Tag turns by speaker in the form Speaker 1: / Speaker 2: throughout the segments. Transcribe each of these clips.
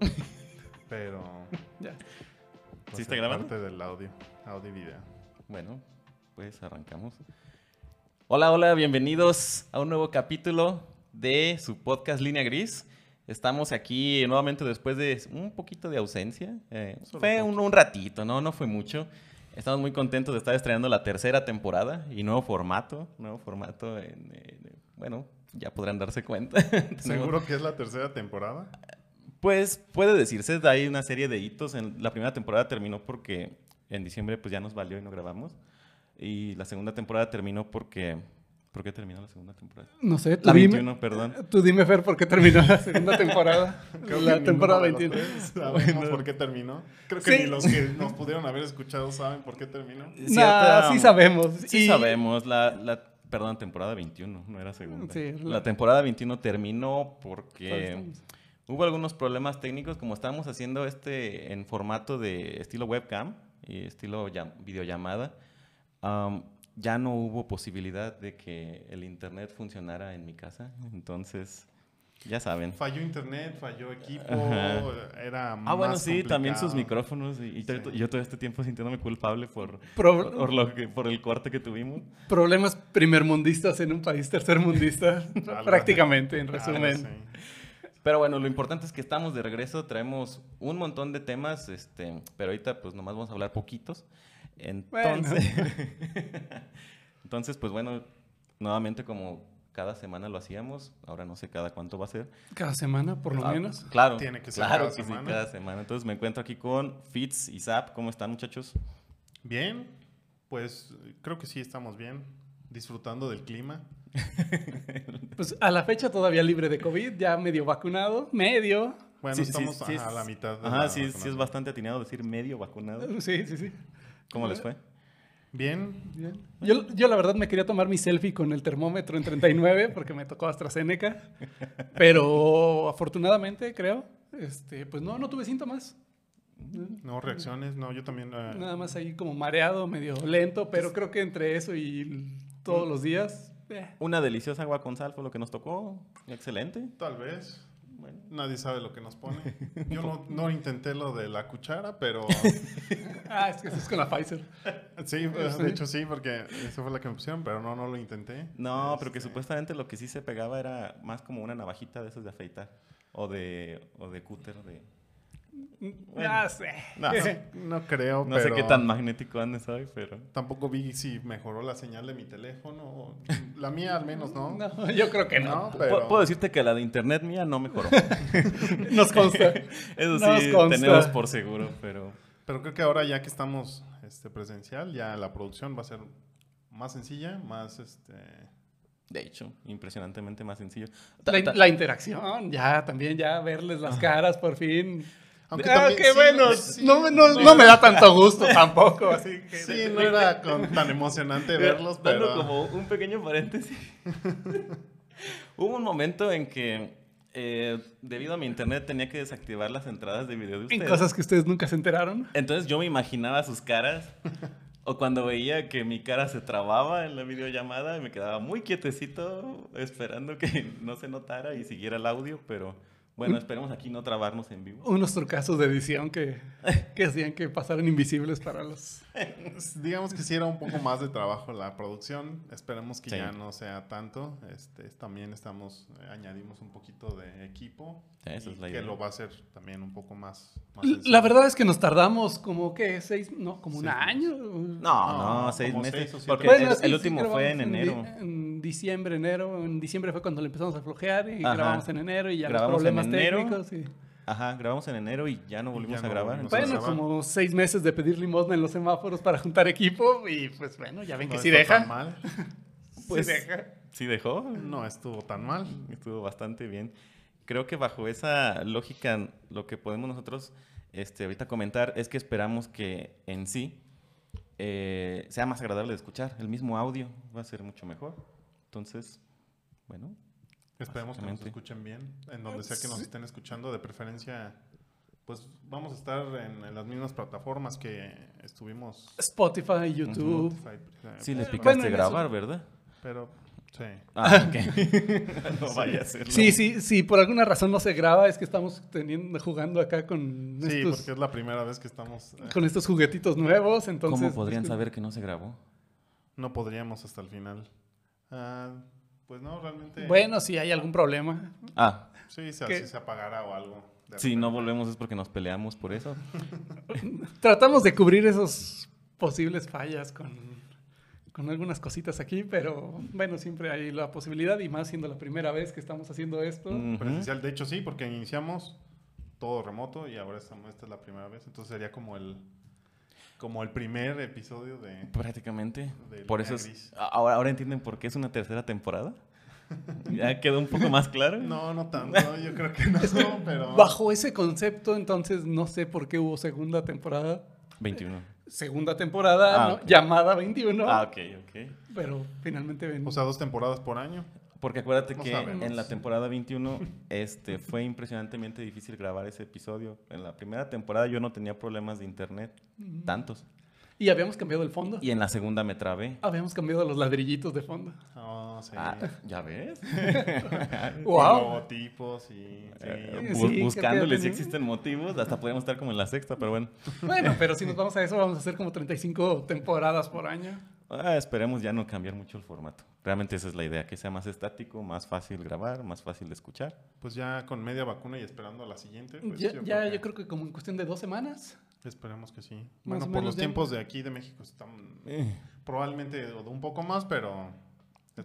Speaker 1: Pero.
Speaker 2: Ya.
Speaker 1: pues,
Speaker 2: ¿Sí está
Speaker 1: es
Speaker 2: grabando?
Speaker 1: Parte del audio, audio y video.
Speaker 2: Bueno, pues arrancamos. Hola, hola, bienvenidos a un nuevo capítulo de su podcast Línea Gris. Estamos aquí nuevamente después de un poquito de ausencia. eh,
Speaker 1: Solo
Speaker 2: fue un,
Speaker 1: poquito.
Speaker 2: un ratito, ¿no? No fue mucho. Estamos muy contentos de estar estrenando la tercera temporada y nuevo formato. Nuevo formato, en, eh, bueno, ya podrán darse cuenta. Tenemos-
Speaker 1: Seguro que es la tercera temporada.
Speaker 2: Pues puede decirse, hay una serie de hitos. En la primera temporada terminó porque en diciembre pues ya nos valió y no grabamos. Y la segunda temporada terminó porque... ¿Por qué terminó la segunda temporada?
Speaker 3: No sé, tú
Speaker 2: La
Speaker 3: dime.
Speaker 2: 21, perdón.
Speaker 3: Tú dime, Fer, por qué terminó la segunda temporada.
Speaker 1: Creo que
Speaker 3: la
Speaker 1: ninguno
Speaker 3: temporada Ah,
Speaker 1: de los
Speaker 3: 21.
Speaker 1: tres sabemos
Speaker 2: Bueno.
Speaker 1: por qué terminó. Creo que
Speaker 3: Sí.
Speaker 1: ni los que nos pudieron haber escuchado saben por qué terminó.
Speaker 2: Cierta-
Speaker 3: Nah, sí sabemos.
Speaker 2: um, Sí
Speaker 3: Y-
Speaker 2: sabemos, la, la- Perdón, temporada 21, no era segunda.
Speaker 3: Sí,
Speaker 2: la...
Speaker 3: la-
Speaker 2: temporada 21 terminó porque
Speaker 3: ¿Sabes?
Speaker 2: hubo algunos problemas técnicos, como estábamos haciendo este en formato de estilo webcam y estilo llam- videollamada. am, ya no hubo posibilidad de que el internet funcionara en mi casa, entonces ya saben.
Speaker 1: Falló internet, falló equipo,
Speaker 2: Ajá.
Speaker 1: era más
Speaker 2: Ah, bueno, sí, también sus
Speaker 1: complicado.
Speaker 2: micrófonos. Y, y
Speaker 1: Sí.
Speaker 2: yo- yo todo este tiempo sintiéndome culpable por,
Speaker 3: Pro-
Speaker 2: por, lo que- por el corte que tuvimos.
Speaker 3: problemas primermundistas en un país tercermundista. prácticamente, en
Speaker 1: Claro,
Speaker 3: resumen.
Speaker 1: sí.
Speaker 2: Pero bueno, lo importante es que estamos de regreso, traemos un montón de temas, este, pero ahorita pues nomás vamos a hablar poquitos. Entonces, entonces pues bueno, nuevamente como cada semana lo hacíamos, ahora no sé cada cuánto va a ser.
Speaker 3: Cada semana, por lo
Speaker 2: Ah,
Speaker 3: menos.
Speaker 2: Claro.
Speaker 1: Tiene que ser
Speaker 2: claro
Speaker 1: cada
Speaker 2: que sí,
Speaker 1: semana.
Speaker 2: cada semana. Entonces me encuentro aquí con Fitz y Zap. ¿Cómo están muchachos?
Speaker 1: Bien, pues creo que sí estamos bien. Disfrutando del clima.
Speaker 3: Pues a la fecha todavía libre de COVID, ya medio vacunado, medio.
Speaker 1: Bueno,
Speaker 2: Sí, sí,
Speaker 1: estamos
Speaker 2: sí,
Speaker 1: ajá,
Speaker 2: es-
Speaker 1: a la mitad. de
Speaker 2: Ajá,
Speaker 1: la
Speaker 2: sí, sí es
Speaker 1: vacunación.
Speaker 2: bastante atinado decir medio vacunado.
Speaker 3: Sí, sí, sí.
Speaker 2: ¿Cómo les fue?
Speaker 1: Bien,
Speaker 3: Bien. Yo, yo la verdad me quería tomar mi selfie con el termómetro en 39 porque me tocó AstraZeneca, pero afortunadamente creo, este, pues no, no tuve síntomas.
Speaker 1: no reacciones, no, yo también. eh,
Speaker 3: Nada más ahí como mareado, medio lento, pero creo que entre eso y l- todos los días, eh,
Speaker 2: Una deliciosa agua con sal fue lo que nos tocó. Excelente.
Speaker 1: Tal vez.
Speaker 2: Bueno.
Speaker 1: Nadie sabe lo que nos pone. Yo no, no intenté lo de la cuchara, pero
Speaker 3: ah, es que eso es con la Pfizer.
Speaker 1: sí, de hecho sí, porque esa fue la que me pusieron, pero no, no lo intenté.
Speaker 2: No, pero que
Speaker 1: Este,
Speaker 2: supuestamente lo que sí se pegaba era más como una navajita de esas de afeitar o de o de cúter de
Speaker 3: Ah, sí.
Speaker 2: no, no
Speaker 1: No creo,
Speaker 2: sé
Speaker 1: pero
Speaker 2: qué tan magnético andes hoy, pero
Speaker 1: Tampoco vi si mejoró la señal de mi teléfono. o- La mía al menos, ¿no?
Speaker 3: No, yo creo que no.
Speaker 1: No, pero...
Speaker 2: Pu- puedo decirte que la de internet mía no mejoró.
Speaker 3: Nos consta.
Speaker 2: Eso
Speaker 3: Nos
Speaker 2: sí
Speaker 3: consta.
Speaker 2: tenemos por seguro, pero
Speaker 1: Pero creo que ahora ya que estamos este, presencial, ya la producción va a ser más sencilla, más este...
Speaker 2: de hecho impresionantemente más sencillo. Ta-
Speaker 3: La, in-
Speaker 2: ta-
Speaker 3: la interacción, ya también, ya verles las caras por fin.
Speaker 1: Aunque
Speaker 3: ah,
Speaker 1: también
Speaker 3: qué
Speaker 1: sí,
Speaker 3: bueno.
Speaker 1: sí,
Speaker 3: no, me- no- no me da tanto gusto tampoco. Así que
Speaker 1: Sí, no era con- tan emocionante verlos,
Speaker 2: Dando
Speaker 1: pero...
Speaker 2: como un pequeño paréntesis. Hubo un momento en que eh, debido a mi internet tenía que desactivar las entradas de video de
Speaker 3: en
Speaker 2: ustedes.
Speaker 3: cosas que ustedes nunca se enteraron.
Speaker 2: Entonces yo me imaginaba sus caras. O cuando veía que mi cara se trababa en la videollamada y me quedaba muy quietecito esperando que no se notara y siguiera el audio, pero bueno, esperemos aquí no trabarnos en vivo.
Speaker 3: Unos trucazos de edición que, que hacían que pasaran invisibles para los...
Speaker 1: Digamos que sí era un poco más de trabajo la producción. Esperemos que
Speaker 2: Sí.
Speaker 1: ya no sea tanto. Este, también estamos eh, añadimos un poquito de equipo
Speaker 2: Esa
Speaker 1: y
Speaker 2: es la
Speaker 1: que
Speaker 2: idea.
Speaker 1: lo va a hacer también un poco más. más
Speaker 3: La
Speaker 1: sencillo.
Speaker 3: verdad es que nos tardamos como que seis, no, como un
Speaker 1: Seis
Speaker 3: año.
Speaker 2: No, no,
Speaker 1: No,
Speaker 2: seis
Speaker 1: Ah, como
Speaker 2: meses.
Speaker 1: seis o siete
Speaker 2: porque
Speaker 1: meses.
Speaker 2: el-
Speaker 3: Bueno, es que
Speaker 2: el
Speaker 3: sí
Speaker 2: último fue en
Speaker 3: grabamos di-
Speaker 2: enero.
Speaker 3: en diciembre, enero. En diciembre fue cuando le empezamos a flojear y
Speaker 2: Ajá.
Speaker 3: grabamos en enero y ya
Speaker 2: Grabamos en
Speaker 3: los problemas
Speaker 2: enero.
Speaker 3: técnicos. y-
Speaker 2: Ajá, grabamos en enero y ya no volvimos
Speaker 1: ya
Speaker 2: a
Speaker 1: no
Speaker 2: grabar.
Speaker 1: volvimos a
Speaker 2: entonces-
Speaker 3: Bueno,
Speaker 1: grabar.
Speaker 3: como seis meses de pedir limosna en los semáforos para juntar equipo y pues bueno, ya ven
Speaker 1: No
Speaker 3: que sí
Speaker 1: estuvo tan
Speaker 3: deja.
Speaker 1: mal.
Speaker 2: pues-
Speaker 3: sí deja.
Speaker 2: sí dejó.
Speaker 1: No estuvo tan mal.
Speaker 2: Estuvo bastante bien. Creo que bajo esa lógica, lo que podemos nosotros este, ahorita comentar es que esperamos que en sí eh, sea más agradable de escuchar. El mismo audio va a ser mucho mejor. Entonces, bueno,
Speaker 1: Esperemos que nos
Speaker 2: Básicamente.
Speaker 1: escuchen bien. En donde sea que nos estén escuchando, de preferencia, pues vamos a estar en, en las mismas plataformas que estuvimos.
Speaker 3: Spotify, YouTube.
Speaker 1: Spotify, eh,
Speaker 2: sí les
Speaker 3: Bueno,
Speaker 2: picaste
Speaker 3: en eso-
Speaker 2: grabar, ¿verdad?
Speaker 1: Pero Sí.
Speaker 2: Ah, ok. no vaya a ser. ¿no?
Speaker 3: Sí, sí, sí, por alguna razón no se graba, es que estamos teniendo, jugando acá con
Speaker 1: Sí,
Speaker 3: estos,
Speaker 1: porque es la primera vez que estamos. eh,
Speaker 3: con estos juguetitos nuevos,
Speaker 2: ¿Cómo
Speaker 3: entonces...
Speaker 2: podrían
Speaker 3: pues,
Speaker 2: saber que no se grabó?
Speaker 1: No podríamos hasta el final. Ah, pues no, realmente.
Speaker 3: Bueno, si hay algún problema.
Speaker 2: Ah,
Speaker 1: Sí, se,
Speaker 3: ¿Qué?
Speaker 1: sí se apagará o algo. de
Speaker 2: si
Speaker 1: repente.
Speaker 2: no volvemos es porque nos peleamos por eso.
Speaker 3: Tratamos de cubrir esos posibles fallas con, con algunas cositas aquí, pero bueno, siempre hay la posibilidad y más siendo la primera vez que estamos haciendo esto.
Speaker 2: Ujú.
Speaker 1: Presencial, de hecho sí, porque iniciamos todo remoto y ahora estamos, esta es la primera vez. Entonces sería como el, como el primer episodio de.
Speaker 2: Prácticamente.
Speaker 1: De
Speaker 2: Por
Speaker 1: línea
Speaker 2: eso es-
Speaker 1: gris.
Speaker 2: ahora, ahora entienden por qué es una tercera temporada. Ya quedó un poco más claro.
Speaker 1: No, no tanto, yo creo que no, pero.
Speaker 3: Bajo ese concepto, entonces no sé por qué hubo segunda temporada.
Speaker 2: 21.
Speaker 3: Segunda temporada
Speaker 2: Ah,
Speaker 3: ¿no?
Speaker 2: ok.
Speaker 3: llamada 21,
Speaker 2: Ah, ok, ok.
Speaker 3: pero finalmente ven-
Speaker 1: O sea, dos temporadas por año.
Speaker 2: Porque acuérdate
Speaker 1: No
Speaker 2: que
Speaker 1: sabemos.
Speaker 2: en la temporada 21 este, fue impresionantemente difícil grabar ese episodio. En la primera temporada yo no tenía problemas de internet, tantos.
Speaker 3: y habíamos cambiado el fondo.
Speaker 2: Y en la segunda me trabé.
Speaker 3: Habíamos cambiado los ladrillitos de fondo.
Speaker 1: Ah, sí.
Speaker 2: Ah, ¿ya ves?
Speaker 1: Y
Speaker 3: ¡Wow!
Speaker 1: logotipos y. sí.
Speaker 2: Eh,
Speaker 3: Sí,
Speaker 2: bu-
Speaker 3: que
Speaker 2: buscándole si
Speaker 3: tenía-
Speaker 2: existen motivos. Hasta podríamos estar como en la sexta, pero bueno.
Speaker 3: Bueno, pero si nos vamos a eso, vamos a hacer como 35 temporadas por año.
Speaker 2: Ah, esperemos ya no cambiar mucho el formato. Realmente esa es la idea, que sea más estático, más fácil grabar, más fácil de escuchar.
Speaker 1: Pues ya con media vacuna y esperando a la siguiente. pues,
Speaker 3: ya,
Speaker 1: yo
Speaker 3: ya,
Speaker 1: creo que-
Speaker 3: yo creo que como en cuestión de dos semanas.
Speaker 1: Esperemos que sí.
Speaker 3: Más
Speaker 1: Bueno,
Speaker 3: o
Speaker 1: por
Speaker 3: menos
Speaker 1: los
Speaker 3: ya.
Speaker 1: tiempos de aquí de México están
Speaker 3: Eh,
Speaker 1: probablemente o de un poco más, pero.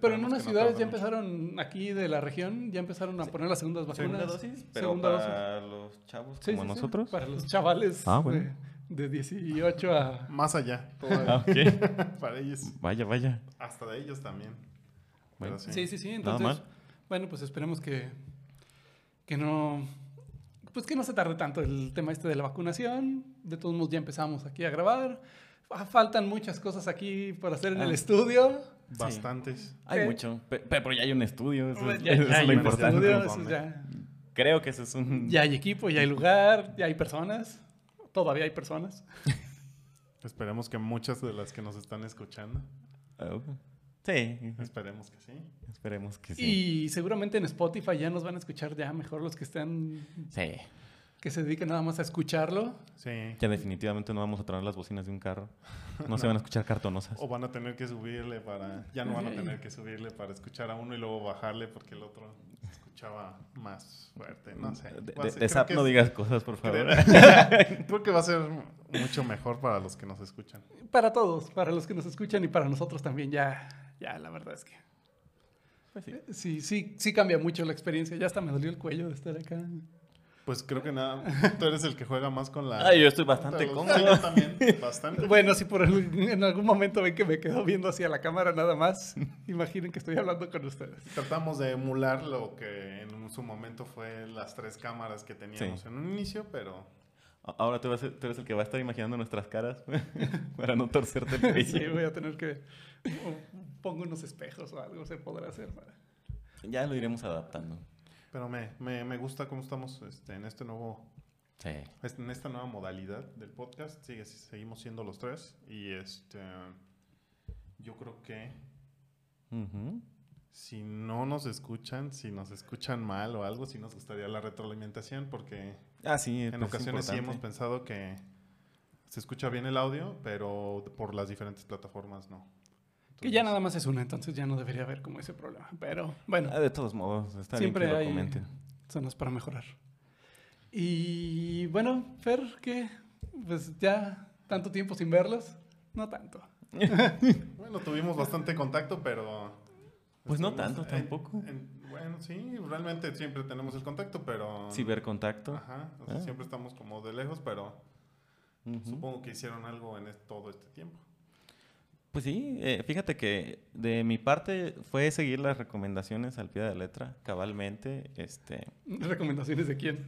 Speaker 3: Pero en
Speaker 1: esperemos
Speaker 3: unas
Speaker 1: que no
Speaker 3: ciudades
Speaker 1: tarde
Speaker 3: ya
Speaker 1: mucho.
Speaker 3: empezaron, aquí de la región, ya empezaron a poner las segundas vacunas.
Speaker 2: Segunda Pues dosis, pero
Speaker 3: Segunda
Speaker 2: para los chavos
Speaker 3: Sí,
Speaker 2: como
Speaker 3: sí, sí,
Speaker 2: nosotros.
Speaker 3: para los chavales
Speaker 2: Ah, bueno.
Speaker 3: de, de 18 a...
Speaker 1: Más allá.
Speaker 2: Ah,
Speaker 1: todavía.
Speaker 2: ok.
Speaker 1: Para ellos.
Speaker 2: Vaya, vaya.
Speaker 1: Hasta de ellos también.
Speaker 2: Bueno.
Speaker 1: Pero sí.
Speaker 3: Sí, sí, sí.
Speaker 2: Nada
Speaker 3: Entonces,
Speaker 2: mal.
Speaker 3: bueno, pues esperemos que, que no... Pues que no se tarde tanto el tema este de la vacunación. De todos modos, ya empezamos aquí a grabar. Ah, Faltan muchas cosas aquí para hacer en
Speaker 2: Ah.
Speaker 3: el estudio.
Speaker 1: Bastantes.
Speaker 2: Hay
Speaker 3: Eh,
Speaker 2: mucho, pe- pe- pero ya hay un estudio, eso es,
Speaker 3: Pues Ya-
Speaker 2: eso es
Speaker 3: ya hay
Speaker 2: lo
Speaker 3: un
Speaker 2: importante.
Speaker 3: estudio,
Speaker 1: ¿no?
Speaker 3: eso es ya-
Speaker 2: Creo que eso es un...
Speaker 3: Ya hay equipo, ya hay lugar, ya hay personas. Todavía hay personas.
Speaker 1: Esperemos que muchas de las que nos están escuchando.
Speaker 2: Ah, ok. Sí,
Speaker 1: Esperemos que sí.
Speaker 2: esperemos que sí.
Speaker 3: Y seguramente en Spotify ya nos van a escuchar ya mejor los que están,
Speaker 2: Sí,
Speaker 3: que se dediquen nada más a escucharlo.
Speaker 1: Sí.
Speaker 2: ya definitivamente no vamos a traer las bocinas de un carro. No, se van a escuchar cartonosas.
Speaker 1: O van a tener que subirle para. Ya no van a tener que subirle para escuchar a uno y luego bajarle porque el otro se escuchaba más fuerte. No sé.
Speaker 2: De,
Speaker 1: Va a
Speaker 2: de-
Speaker 1: ser-
Speaker 2: de
Speaker 1: creo
Speaker 2: Zap
Speaker 1: que
Speaker 2: no
Speaker 1: es-
Speaker 2: digas cosas, por favor.
Speaker 1: Creo, creo que va a ser mucho mejor para los que nos escuchan.
Speaker 3: Para todos, para los que nos escuchan y para nosotros también ya, ya la verdad es que Eh,
Speaker 2: Pues sí.
Speaker 3: sí, sí, sí cambia mucho la experiencia. Ya hasta me dolió el cuello de estar acá.
Speaker 1: Pues creo que nada. Tú eres el que juega más con la.
Speaker 2: Ay, Ah, yo estoy bastante
Speaker 1: Sí,
Speaker 2: cómodo.
Speaker 1: yo también. Bastante.
Speaker 3: Bueno, si por el- en algún momento ven que me quedo viendo hacia la cámara nada más, imaginen que estoy hablando con ustedes.
Speaker 1: Tratamos de emular lo que en su momento fue las tres cámaras que teníamos
Speaker 2: Sí.
Speaker 1: en un inicio, pero
Speaker 2: Ahora tú, vas a- tú eres el que va a estar imaginando nuestras caras para no torcerte el cuello.
Speaker 3: Sí, voy a tener que o pongo unos espejos o algo se podrá hacer. para-
Speaker 2: Ya lo iremos adaptando.
Speaker 1: pero me, me, me gusta cómo estamos este, en este nuevo
Speaker 2: Sí.
Speaker 1: este- en esta nueva modalidad del podcast. Sigue, seguimos siendo los tres y este yo creo que
Speaker 2: Ujú.
Speaker 1: si no nos escuchan, si nos escuchan mal o algo, sí nos gustaría la retroalimentación porque
Speaker 2: Ah, sí.
Speaker 1: en
Speaker 2: pues, es
Speaker 1: ocasiones sí hemos
Speaker 2: importante.
Speaker 1: pensado que se escucha bien el audio, pero por las diferentes plataformas no.
Speaker 3: Que ya
Speaker 1: Entonces,
Speaker 3: nada más es una, entonces ya no debería haber como ese problema. Pero bueno,
Speaker 2: Ah, de todos modos, está
Speaker 3: Siempre
Speaker 2: bien que
Speaker 3: hay-
Speaker 2: lo comenten.
Speaker 3: zonas para mejorar. Y bueno, Fer, ¿qué? Pues ya tanto tiempo sin verlos. No tanto.
Speaker 1: Bueno, tuvimos bastante contacto, pero...
Speaker 2: Pues no
Speaker 1: estuvimos
Speaker 2: tanto
Speaker 1: en-
Speaker 2: tampoco.
Speaker 1: en- bueno, sí, realmente siempre tenemos el contacto, pero...
Speaker 2: Cibercontacto.
Speaker 1: Ajá, o sea,
Speaker 2: Ah.
Speaker 1: siempre estamos como de lejos, pero
Speaker 2: Ujú.
Speaker 1: supongo que hicieron algo en es- todo este tiempo.
Speaker 2: Pues sí, eh, fíjate que de mi parte fue seguir las recomendaciones al pie de la letra, cabalmente, este,
Speaker 3: ¿Recomendaciones de quién?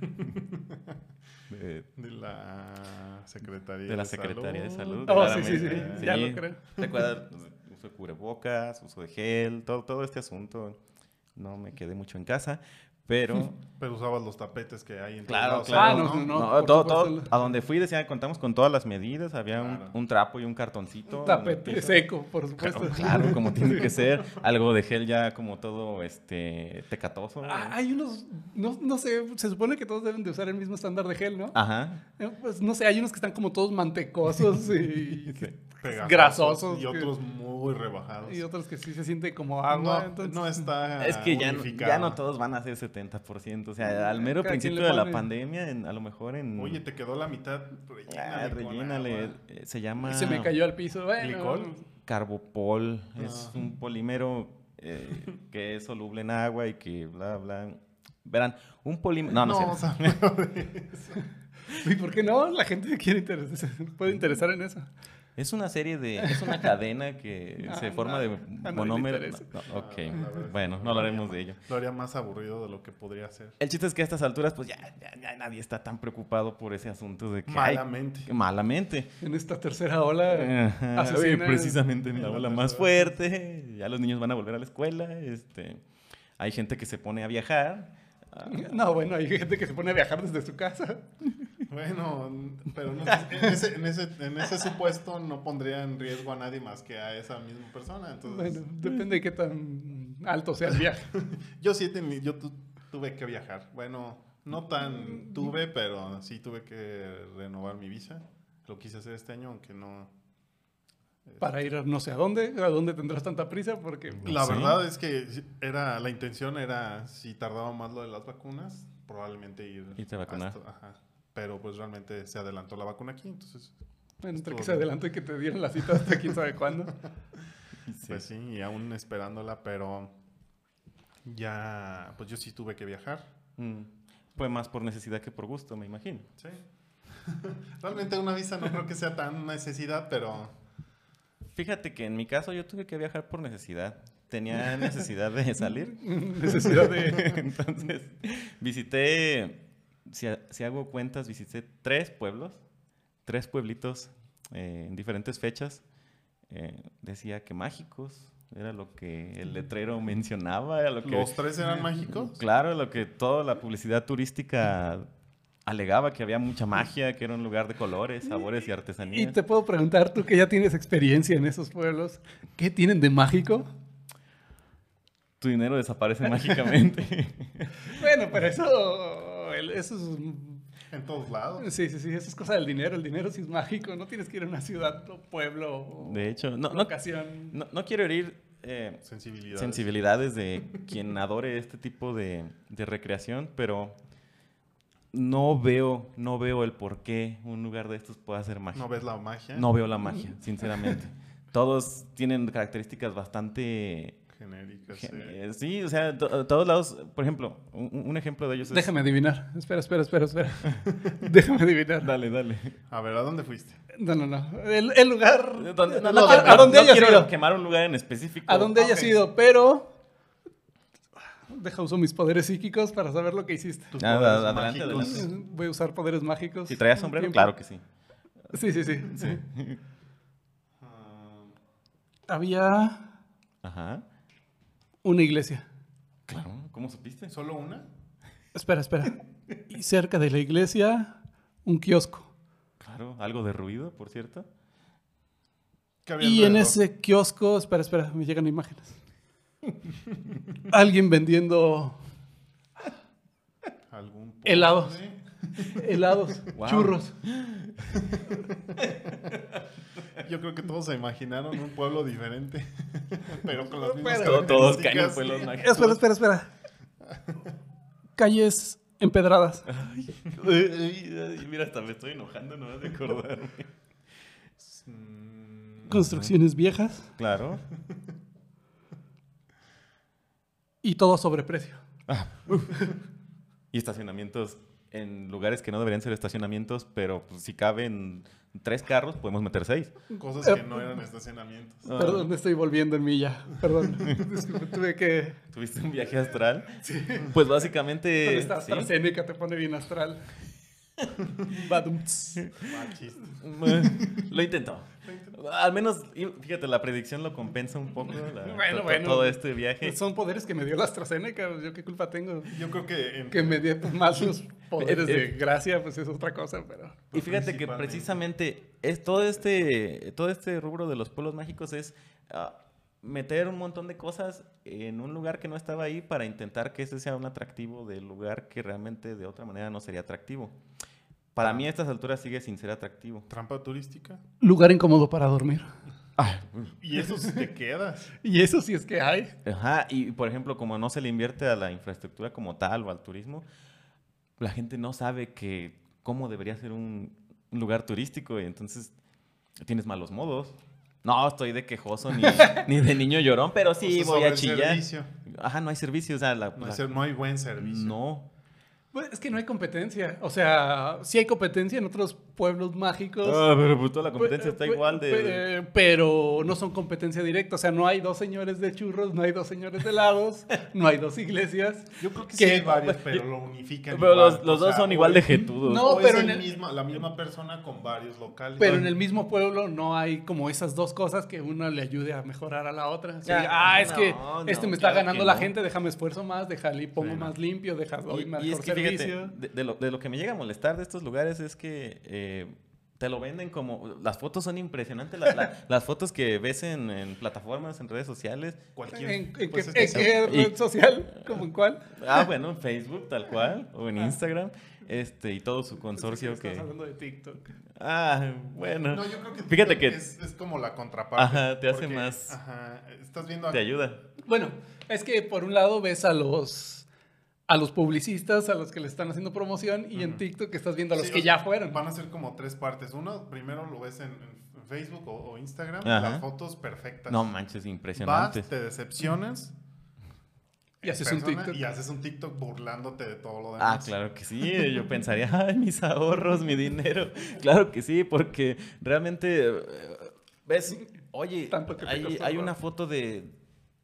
Speaker 2: de,
Speaker 1: De la Secretaría
Speaker 2: de la Secretaría de Salud.
Speaker 3: Oh, sí, sí, sí,
Speaker 2: claramente.
Speaker 3: ya lo creo.
Speaker 2: ¿Te acuerdas? Uso de cubrebocas, uso de gel, todo, todo este asunto. No me quedé mucho en casa, Pero
Speaker 1: Pero usabas los tapetes que hay en todos
Speaker 2: Claro,
Speaker 1: lados, ¿no?
Speaker 2: claro.
Speaker 3: Ah, no, no,
Speaker 2: No,
Speaker 3: por
Speaker 2: todo-
Speaker 3: supuesto.
Speaker 2: todo- a donde fui decía, contamos con todas las medidas, había un-
Speaker 1: Claro.
Speaker 2: un, trapo y un cartoncito.
Speaker 3: Un
Speaker 2: donde
Speaker 3: tapete
Speaker 2: empieza-
Speaker 3: seco, por
Speaker 2: Claro,
Speaker 3: supuesto.
Speaker 2: claro, como tiene que ser. Algo de gel ya como todo este tecatoso. ¿no?
Speaker 3: Ah, Hay unos, no, no sé, se supone que todos deben de usar el mismo estándar de gel,
Speaker 2: Ah.
Speaker 3: ¿no?
Speaker 2: Ajá.
Speaker 3: Eh, Pues no sé, hay unos que están como todos mantecosos y,
Speaker 1: Pegajosos
Speaker 3: Grasosos,
Speaker 1: Y
Speaker 3: que-
Speaker 1: otros muy rebajados. Ah,
Speaker 3: y otros que sí se siente como
Speaker 1: no,
Speaker 3: agua. entonces-
Speaker 1: no está
Speaker 2: Es que ya, no-
Speaker 1: unificado.
Speaker 2: ya no todos van a ser 70%. O sea, al mero
Speaker 3: Cada quien
Speaker 2: principio
Speaker 3: le
Speaker 2: de la
Speaker 3: pone.
Speaker 2: pandemia, en- a lo mejor en...
Speaker 1: Oye, te quedó la mitad.
Speaker 2: Ah,
Speaker 1: Rellénale. con
Speaker 2: rellénale.
Speaker 1: agua.
Speaker 2: eh, Se llama...
Speaker 3: Y se me cayó al piso. Bueno,
Speaker 1: ¿Glicol?
Speaker 2: Carbopol. Es
Speaker 1: Ah.
Speaker 2: un polímero eh, que es soluble en agua y que bla, bla. Verán, un polímero... No, no, es
Speaker 1: No,
Speaker 2: cierto.
Speaker 1: o sea,
Speaker 3: ¿Y por qué no? La gente quiere interesar, puede interesar en eso.
Speaker 2: Es una serie de. Es una cadena que
Speaker 3: No,
Speaker 2: se forma
Speaker 3: no,
Speaker 2: de
Speaker 3: a nadie le
Speaker 2: monómeros.
Speaker 3: interesa.
Speaker 2: No, no, ok.
Speaker 1: No, Ah, la verdad.
Speaker 2: bueno, no hablaremos de ello.
Speaker 1: lo haría más aburrido de lo que podría ser.
Speaker 2: El chiste es que a estas alturas, pues ya, ya- ya nadie está tan preocupado por ese asunto de que. ay,
Speaker 1: Malamente.
Speaker 2: que malamente.
Speaker 3: En esta tercera
Speaker 1: Eh.
Speaker 3: ola.
Speaker 2: Ajá,
Speaker 3: asesina-
Speaker 2: oye, precisamente en la
Speaker 1: En la
Speaker 2: ola más
Speaker 1: tercera.
Speaker 2: fuerte. Ya los niños van a volver a la escuela. Este, hay gente que se pone a viajar. Ah,
Speaker 3: No, bueno, hay gente que se pone a viajar desde su casa.
Speaker 1: Bueno, pero no- en, ese, en, ese, en ese supuesto no pondría en riesgo a nadie más que a esa misma persona. Entonces, eh.
Speaker 3: Bueno, depende de qué tan alto sea el viaje.
Speaker 1: yo sí he teni- yo tu- tuve que viajar. Bueno, no tan tuve, pero sí tuve que renovar mi visa. Lo quise hacer este año, aunque no.
Speaker 3: Para ir a no sé a dónde, a dónde tendrás tanta prisa, porque
Speaker 1: La
Speaker 2: ¿Ah, Sí.
Speaker 1: verdad es que era la intención era si tardaba más lo de las vacunas, probablemente ir
Speaker 2: Irte a vacunar.
Speaker 1: hasta- ajá. Pero pues realmente se adelantó la vacuna aquí, entonces
Speaker 3: entre que
Speaker 1: Estuvo
Speaker 3: se
Speaker 1: bien.
Speaker 3: adelante y que te dieron la cita hasta quién sabe cuándo.
Speaker 2: sí.
Speaker 1: pues sí, y aún esperándola, pero ya pues yo sí tuve que viajar.
Speaker 2: Mm. Fue más por necesidad que por gusto, me imagino.
Speaker 1: Sí. realmente una visa no creo que sea tan necesidad, pero
Speaker 2: Fíjate que en mi caso yo tuve que viajar por necesidad. Tenía necesidad de salir.
Speaker 3: Necesidad de.
Speaker 2: Entonces, visité, si, ha- si hago cuentas, visité tres pueblos, tres pueblitos eh, en diferentes fechas. Eh, decía que mágicos, era lo que el letrero mencionaba, era lo que...
Speaker 1: los tres eran mágicos.
Speaker 2: Claro, lo que toda la publicidad turística alegaba, que había mucha magia, que era un lugar de colores, sabores y
Speaker 3: Y
Speaker 2: artesanías.
Speaker 3: te puedo preguntar, tú que ya tienes experiencia en esos pueblos, ¿qué tienen de mágico?
Speaker 2: Tu dinero desaparece mágicamente.
Speaker 3: Bueno, pero eso. el- Eso es
Speaker 1: En todos lados.
Speaker 3: Sí, sí, sí, eso es cosa del dinero. El dinero sí es mágico. No tienes que ir a una ciudad o pueblo o
Speaker 2: De hecho, no, no,
Speaker 3: locación.
Speaker 2: no- no quiero herir eh,
Speaker 1: Sensibilidad.
Speaker 2: sensibilidades de quien adore este tipo de, de recreación, pero no veo, no veo el por qué un lugar de estos pueda ser magia.
Speaker 1: No ves la magia.
Speaker 2: No veo la magia, sinceramente. Todos tienen características bastante...
Speaker 1: Genérica. sí.
Speaker 2: gen- eh, Sí, o sea, to- a todos lados, por ejemplo, un, un ejemplo de ellos es...
Speaker 3: Déjame adivinar. Espera, espera, espera, espera. Déjame adivinar.
Speaker 2: Dale, dale.
Speaker 1: A ver, ¿a dónde fuiste?
Speaker 3: No, no, no. El, el lugar.
Speaker 2: ¿Dónde-
Speaker 3: no,
Speaker 2: no,
Speaker 3: no
Speaker 2: no,
Speaker 3: quiero-
Speaker 2: no,
Speaker 3: a dónde
Speaker 2: no
Speaker 3: hayas
Speaker 2: quiero
Speaker 3: ido.
Speaker 2: quemar un lugar en específico.
Speaker 3: A dónde hayas
Speaker 1: Ok.
Speaker 3: ido, pero. Deja uso mis poderes psíquicos para saber lo que hiciste.
Speaker 1: Tus
Speaker 2: Ah,
Speaker 1: poderes
Speaker 2: adelante,
Speaker 1: mágicos.
Speaker 2: adelante.
Speaker 3: Voy a usar poderes mágicos.
Speaker 2: Si traías sombrero,
Speaker 3: Tiempo.
Speaker 2: claro que sí.
Speaker 3: Sí, sí, sí.
Speaker 2: Sí.
Speaker 1: Ah,
Speaker 3: Había
Speaker 2: Ajá.
Speaker 3: una iglesia.
Speaker 2: Claro, ¿cómo supiste?
Speaker 1: ¿Solo una?
Speaker 3: Espera, espera. Y cerca de la iglesia, un kiosco.
Speaker 2: Claro, algo de ruido, por cierto.
Speaker 1: ¿Qué había
Speaker 3: Y en
Speaker 1: alrededor?
Speaker 3: ese kiosco, espera, espera, me llegan imágenes. Alguien vendiendo
Speaker 1: ¿Algún postre?
Speaker 3: Helados. helados,
Speaker 2: Wow.
Speaker 3: churros.
Speaker 1: Yo creo que todos se imaginaron un pueblo diferente, pero con las mismas
Speaker 3: Pero-
Speaker 1: características.
Speaker 2: todos caen pues, en pueblos
Speaker 3: Espera, espera, espera. Calles empedradas.
Speaker 2: eh, Mira, hasta me estoy enojando no de acordarme.
Speaker 1: Mm,
Speaker 3: Construcciones viejas
Speaker 2: Claro.
Speaker 3: y todo a sobreprecio.
Speaker 2: Y estacionamientos en lugares que no deberían ser estacionamientos, pero pues, si caben tres carros, podemos meter seis.
Speaker 1: Cosas que no eran estacionamientos.
Speaker 2: Ah.
Speaker 3: Perdón, me estoy volviendo en mí ya. Perdón. Disculpe, tuve
Speaker 2: Eh,
Speaker 3: que.
Speaker 2: ¿Tuviste un viaje astral? Pues básicamente...
Speaker 3: Estás
Speaker 2: sí.
Speaker 3: AstraZeneca, te pone bien astral.
Speaker 4: Badum.
Speaker 1: Mal chiste.
Speaker 2: lo intentó. Al menos, y- fíjate, la predicción lo compensa un poco. la-
Speaker 3: Bueno,
Speaker 2: to-
Speaker 3: bueno.
Speaker 2: Todo este viaje.
Speaker 3: Son poderes que me dio la AstraZeneca, pues, yo qué culpa tengo.
Speaker 1: Yo creo que en
Speaker 3: Que me dio más los poderes
Speaker 2: Eh, eh.
Speaker 3: de gracia, pues es otra cosa, pero...
Speaker 2: Y fíjate que
Speaker 1: Principalmente.
Speaker 2: precisamente es todo este, todo este rubro de los pueblos mágicos es ah, meter un montón de cosas en un lugar que no estaba ahí para intentar que ese sea un atractivo del lugar que realmente de otra manera no sería atractivo. Para mí a estas alturas sigue sin ser atractivo.
Speaker 1: trampa turística.
Speaker 3: Lugar incómodo para dormir.
Speaker 1: Y eso sí te quedas.
Speaker 3: Y eso sí es que hay.
Speaker 2: Ajá, y por ejemplo, como no se le invierte a la infraestructura como tal o al turismo, la gente no sabe que cómo debería ser un, un lugar turístico y entonces tienes malos modos. No, estoy de quejoso ni, ni de niño llorón, pero sí
Speaker 1: O sea,
Speaker 2: voy
Speaker 1: sobre
Speaker 2: a
Speaker 1: el
Speaker 2: chillar.
Speaker 1: servicio.
Speaker 2: Ajá, no hay servicio, o sea, la-
Speaker 1: No, hay
Speaker 2: la-
Speaker 1: ser- no hay buen servicio.
Speaker 2: no.
Speaker 3: Pues es que no hay competencia. O sea, sí hay competencia en otros pueblos mágicos.
Speaker 2: pero pues toda la competencia
Speaker 3: Pe-
Speaker 2: está
Speaker 3: pe-
Speaker 2: igual de...
Speaker 3: pe- Pero no son competencia directa. O sea, no hay dos señores de churros, no hay dos señores de helados, no hay dos iglesias.
Speaker 1: Yo creo que
Speaker 3: Que-
Speaker 1: sí hay varios, pero lo unifican.
Speaker 2: pero
Speaker 1: igual,
Speaker 2: los, los
Speaker 1: o
Speaker 2: dos
Speaker 1: sea,
Speaker 2: son igual
Speaker 1: o-
Speaker 2: de jetudos.
Speaker 3: No,
Speaker 1: o es
Speaker 3: pero
Speaker 1: el
Speaker 3: en el-
Speaker 1: misma- la misma persona con varios locales.
Speaker 3: Pero en el mismo pueblo no hay como esas dos cosas que una le ayude a mejorar a la otra. O sea,
Speaker 2: Ah,
Speaker 3: ah, es que
Speaker 2: no,
Speaker 3: este
Speaker 2: no,
Speaker 3: me está
Speaker 2: claro
Speaker 3: ganando
Speaker 2: que
Speaker 3: la
Speaker 2: no.
Speaker 3: gente, déjame esfuerzo más, déjale y pongo
Speaker 1: Sí, no.
Speaker 3: más limpio, deja doy
Speaker 2: Y,
Speaker 3: mejor
Speaker 2: y es que
Speaker 3: servicio.
Speaker 2: fíjate, de, de lo, de lo que me llega a molestar de estos lugares es que eh, te lo venden como. Las fotos son impresionantes. la- la- las fotos que ves en, en plataformas, en redes sociales.
Speaker 1: Cualquier.
Speaker 3: ¿En, en qué-
Speaker 1: pues, es
Speaker 3: en
Speaker 1: que sea-
Speaker 3: qué
Speaker 2: y-
Speaker 3: red social? ¿Cómo en cuál?
Speaker 2: Ah, bueno, en Facebook, tal cual. O en Instagram. Este, y todo su consorcio
Speaker 3: Estamos
Speaker 2: que.
Speaker 3: hablando de TikTok.
Speaker 2: Ah, bueno.
Speaker 1: No, yo creo que.
Speaker 2: Fíjate que-
Speaker 1: Es, es como la contraparte.
Speaker 2: Ajá, te hace
Speaker 1: porque-
Speaker 2: más-
Speaker 1: Ajá. Estás viendo.
Speaker 2: Te ayuda.
Speaker 3: Bueno, es que por un lado ves a los a los publicistas, a los que le están haciendo promoción, y en
Speaker 1: Ujú.
Speaker 3: TikTok estás viendo a los
Speaker 1: Sí,
Speaker 3: que
Speaker 1: o-
Speaker 3: ya fueron.
Speaker 1: Van a ser como tres partes. Uno, primero lo ves en, en Facebook o, o Instagram.
Speaker 2: Ajá.
Speaker 1: Las fotos perfectas.
Speaker 2: No manches,
Speaker 1: Vas,
Speaker 2: impresionante.
Speaker 1: te decepcionas.
Speaker 3: Y haces un
Speaker 1: persona,
Speaker 3: TikTok.
Speaker 1: Y haces un TikTok burlándote de todo lo demás.
Speaker 2: Ah, claro que sí. eh, Yo pensaría, ay, mis ahorros, mi dinero. Claro que sí, porque realmente, eh, ves, oye,
Speaker 3: Tanto que te
Speaker 2: hay,
Speaker 3: costó,
Speaker 2: hay
Speaker 3: ¿verdad?
Speaker 2: una foto de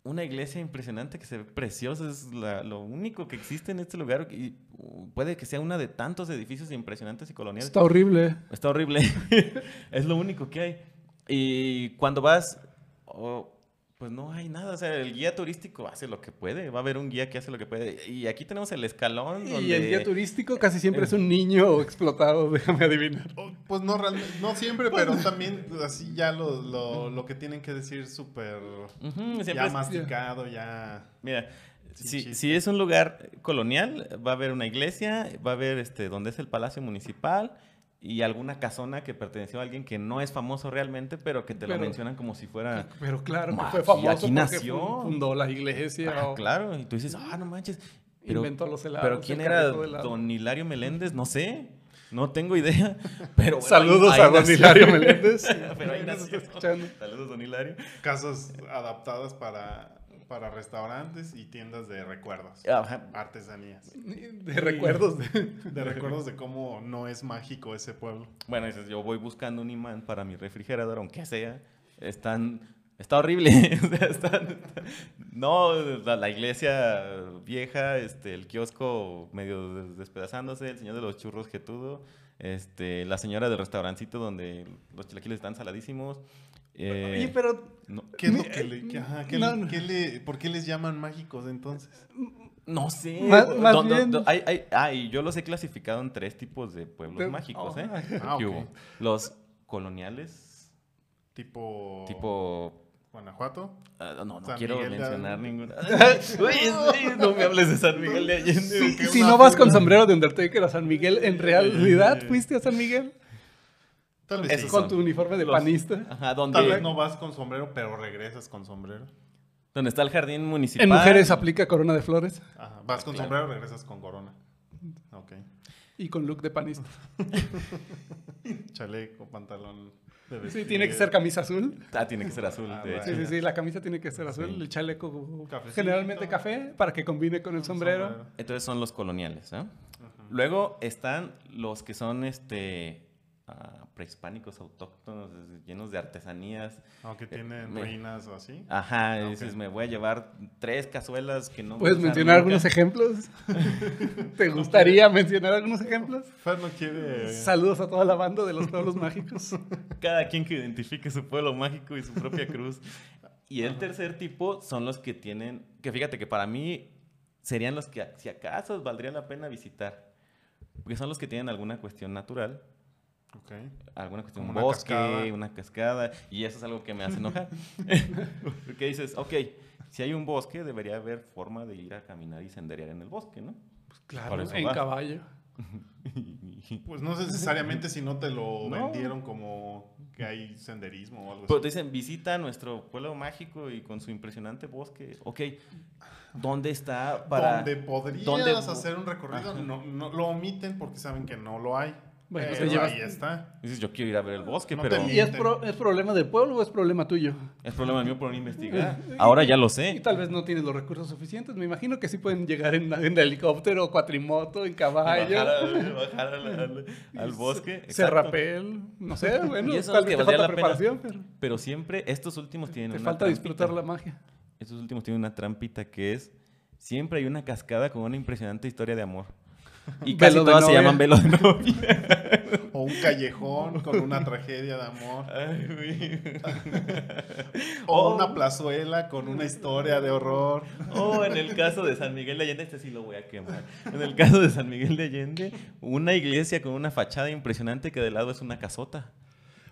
Speaker 2: una iglesia impresionante que se ve preciosa. Es la- lo único que existe en este lugar. Y uh, puede que sea una de tantos edificios impresionantes y coloniales.
Speaker 3: Está horrible.
Speaker 2: Está horrible. es lo único que hay. Y cuando vas, oh, pues no hay nada. O sea, el guía turístico hace lo que puede. Va a haber un guía que hace lo que puede. Y aquí tenemos el escalón donde...
Speaker 3: Y el guía turístico casi siempre es un niño explotado, déjame adivinar.
Speaker 1: O- Pues no, realmente- no siempre, pero también pues, así ya lo, lo, lo que tienen que decir súper
Speaker 2: Ujú, siempre
Speaker 1: ya
Speaker 2: es-
Speaker 1: masticado, ya...
Speaker 2: Mira,
Speaker 1: Sin
Speaker 2: si,
Speaker 1: chiste.
Speaker 2: si es un lugar colonial, va a haber una iglesia, va a haber este, donde es el palacio municipal y alguna casona que perteneció a alguien que no es famoso realmente, pero que te lo
Speaker 3: Pero-
Speaker 2: mencionan como si fuera...
Speaker 3: Pero claro que
Speaker 2: Ma,
Speaker 3: fue
Speaker 2: y
Speaker 3: famoso
Speaker 2: aquí
Speaker 3: porque
Speaker 2: nació.
Speaker 3: fun- fundó la iglesia
Speaker 2: Ah,
Speaker 3: o
Speaker 2: claro, y tú dices, ah, no manches. Pero,
Speaker 3: inventó los helados.
Speaker 2: pero ¿quién
Speaker 3: pues, el
Speaker 2: era
Speaker 3: carrito de helado.
Speaker 2: don Hilario Meléndez? No sé, no tengo idea. Pero bueno,
Speaker 3: Saludos
Speaker 2: ahí-
Speaker 3: a
Speaker 2: ahí
Speaker 3: don
Speaker 2: nació.
Speaker 3: Hilario Meléndez.
Speaker 2: pero ahí
Speaker 3: Nos está
Speaker 2: nació.
Speaker 3: escuchando.
Speaker 2: Saludos, don Hilario.
Speaker 1: Casas adaptadas para, para restaurantes y tiendas de recuerdos.
Speaker 2: Ajá,
Speaker 1: Artesanías.
Speaker 3: De recuerdos de...
Speaker 1: De recuerdos de cómo no es mágico ese pueblo.
Speaker 2: Bueno, dices, yo voy buscando un imán para mi refrigerador, aunque sea. Están, está horrible. o sea, están- está- no, la, la iglesia vieja, este, el kiosco medio des- despedazándose, el señor de los churros getudo, este, la señora del restaurancito donde los chilaquiles están saladísimos. eh,
Speaker 3: Oye, pero
Speaker 2: no,
Speaker 1: ¿Qué es lo
Speaker 3: Mi-
Speaker 1: que le, que- ajá, qué
Speaker 3: no,
Speaker 1: le-
Speaker 3: no.
Speaker 1: qué le- ¿Por qué les llaman mágicos entonces?
Speaker 2: no sé.
Speaker 3: Más-
Speaker 2: do-
Speaker 3: más
Speaker 2: do- do-
Speaker 3: bien-
Speaker 2: hay- hay- ah, y yo los he clasificado en tres tipos de pueblos
Speaker 3: Pero-
Speaker 2: mágicos.
Speaker 3: oh,
Speaker 2: ¿eh?
Speaker 3: ay.
Speaker 1: Ah,
Speaker 2: ¿Qué
Speaker 1: ok.
Speaker 2: hubo? Los coloniales,
Speaker 1: Tipo...
Speaker 2: tipo
Speaker 1: Guanajuato.
Speaker 2: Ah, no, no
Speaker 1: Oh. San
Speaker 2: quiero
Speaker 1: Miguel de
Speaker 2: mencionar
Speaker 1: Allende.
Speaker 2: ninguna. Uy, uy, no me hables de San Miguel de Allende.
Speaker 3: Si,
Speaker 1: que
Speaker 3: si
Speaker 1: una
Speaker 3: no vas con
Speaker 1: fibra.
Speaker 3: sombrero de Undertaker a San Miguel, ¿en realidad fuiste a San Miguel?
Speaker 1: Tal vez
Speaker 2: Esos
Speaker 1: sí.
Speaker 2: son
Speaker 3: Con tu uniforme de
Speaker 2: los-
Speaker 3: panista.
Speaker 2: Ajá,
Speaker 1: Tal vez
Speaker 2: donde,
Speaker 1: no vas con sombrero, pero regresas con sombrero.
Speaker 2: donde está el jardín municipal.
Speaker 3: En mujeres aplica corona de flores
Speaker 1: Ajá, Vas con
Speaker 2: Claro.
Speaker 1: sombrero, regresas con corona. Ok.
Speaker 3: y con look de panista.
Speaker 1: Chaleco, pantalón. de
Speaker 3: Sí,
Speaker 1: vestir.
Speaker 3: tiene que ser camisa azul.
Speaker 2: Ah, tiene que ser azul,
Speaker 1: Ah,
Speaker 2: de
Speaker 1: bueno.
Speaker 3: Sí,
Speaker 2: hecho.
Speaker 3: sí, sí, la camisa tiene que ser azul,
Speaker 2: Sí.
Speaker 3: el chaleco
Speaker 1: Cafecito.
Speaker 3: generalmente café para que combine con el sombrero.
Speaker 2: Entonces son ¿eh? los coloniales, ¿no?
Speaker 1: Ajá.
Speaker 2: Luego están los que son este ah, a prehispánicos autóctonos es- llenos de artesanías.
Speaker 1: Aunque tienen
Speaker 2: Eh, me-
Speaker 1: ruinas o así.
Speaker 2: Ajá,
Speaker 1: Ah,
Speaker 2: y
Speaker 1: ok.
Speaker 2: dices, me voy a llevar tres cazuelas que no... voy a
Speaker 3: ¿Puedes
Speaker 2: usar
Speaker 3: mencionar
Speaker 2: nunca".
Speaker 3: algunos ejemplos? ¿Te gustaría mencionar algunos ejemplos?
Speaker 1: Fer no quiere.
Speaker 3: Saludos a toda la banda de los pueblos mágicos.
Speaker 2: Cada quien que identifique su pueblo mágico y su propia cruz. Y el tercer tipo son los que tienen, que fíjate que para mí serían los que si acaso valdría la pena visitar. Porque son los que tienen alguna cuestión natural,
Speaker 1: Ok.
Speaker 2: alguna cuestión,
Speaker 1: Como
Speaker 2: un
Speaker 1: una
Speaker 2: bosque,
Speaker 1: cascada.
Speaker 2: una cascada, y eso es algo que me hace enojar. Porque dices, ok, si hay un bosque, debería haber forma de ir a caminar y senderear en el bosque, ¿no? Por
Speaker 3: Claro,
Speaker 2: eso
Speaker 3: en
Speaker 2: va.
Speaker 3: caballo.
Speaker 1: Pues no sé necesariamente si no te lo
Speaker 2: No.
Speaker 1: vendieron como que hay senderismo o
Speaker 3: Pues
Speaker 1: algo
Speaker 2: Pero te
Speaker 1: así.
Speaker 2: dicen, visita nuestro pueblo mágico y con su impresionante bosque. Ok, ¿dónde está para...?
Speaker 1: Donde podrías
Speaker 2: donde-
Speaker 1: hacer un recorrido,
Speaker 2: Ajá.
Speaker 1: no, no- lo omiten porque saben que no lo hay.
Speaker 3: Bueno,
Speaker 1: Pero
Speaker 3: te llevas-
Speaker 1: ahí está.
Speaker 2: Dices, yo quiero ir a ver el bosque,
Speaker 1: No te
Speaker 2: pero
Speaker 1: mientas.
Speaker 3: ¿Y es, pro- es problema del pueblo o es problema tuyo?
Speaker 2: es problema mío por no investigar. Ahora ya lo
Speaker 3: Y
Speaker 2: sé.
Speaker 3: tal vez no tienes los recursos suficientes. Me imagino que sí pueden llegar en, en helicóptero, cuatrimoto, en
Speaker 2: Bajar,
Speaker 3: caballo,
Speaker 2: al- bajar al, al- al bosque. exacto.
Speaker 3: serrapel, no sé, bueno,
Speaker 2: Y eso
Speaker 3: tal
Speaker 2: que
Speaker 3: vez te
Speaker 2: valdría
Speaker 3: falta
Speaker 2: la pena.
Speaker 3: preparación, pero
Speaker 2: Pero siempre, estos últimos tienen
Speaker 3: te
Speaker 2: una
Speaker 3: falta
Speaker 2: trampita.
Speaker 3: disfrutar la magia.
Speaker 2: Estos últimos tienen una trampita que es, siempre hay una cascada con una impresionante historia de amor. Y casi
Speaker 3: Velo de
Speaker 2: todas se
Speaker 3: novia.
Speaker 2: llaman velo de novia.
Speaker 1: O un callejón con una tragedia de amor.
Speaker 2: Ay, güey.
Speaker 1: O
Speaker 2: Oh.
Speaker 1: una plazuela con una historia de horror.
Speaker 2: O Oh, en el caso de San Miguel de Allende, este sí lo voy a quemar. En el caso de San Miguel de Allende, una iglesia con una fachada impresionante que de lado es una casota.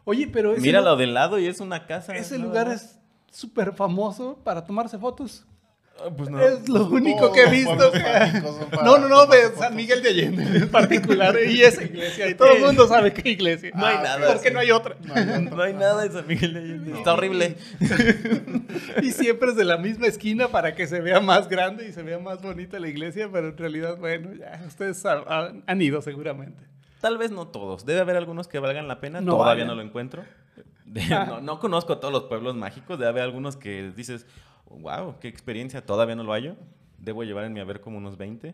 Speaker 3: Oye, pero ese,
Speaker 2: Míralo
Speaker 3: lu-
Speaker 2: de lado y es una casa.
Speaker 3: Pues, ese
Speaker 2: nada
Speaker 3: lugar
Speaker 2: más.
Speaker 3: es súper famoso para tomarse fotos.
Speaker 2: Ah, Pues no.
Speaker 3: Es lo único
Speaker 1: Todos
Speaker 3: que he
Speaker 1: los
Speaker 3: visto.
Speaker 1: pueblos mágicos son para
Speaker 3: No, no, no, de
Speaker 1: tomarse
Speaker 3: San
Speaker 1: fotos.
Speaker 3: Miguel de Allende en particular. Y esa iglesia, y todo el mundo sabe qué iglesia.
Speaker 2: No hay
Speaker 3: Ah,
Speaker 2: nada
Speaker 3: Porque
Speaker 2: así.
Speaker 3: no hay otra.
Speaker 1: No hay otra.
Speaker 2: No hay nada en San Miguel de Allende. Está horrible.
Speaker 3: Y siempre es de la misma esquina para que se vea más grande y se vea más bonita la iglesia, pero en realidad, bueno, ya ustedes sab- han- han ido seguramente.
Speaker 2: Tal vez no todos. Debe haber algunos que valgan la pena.
Speaker 3: No
Speaker 2: Todavía
Speaker 3: valen.
Speaker 2: no lo encuentro. De- No, no conozco todos los pueblos mágicos. Debe haber algunos que dices, wow, qué experiencia. Todavía no lo hallo. Debo llevar en mi haber como unos 20.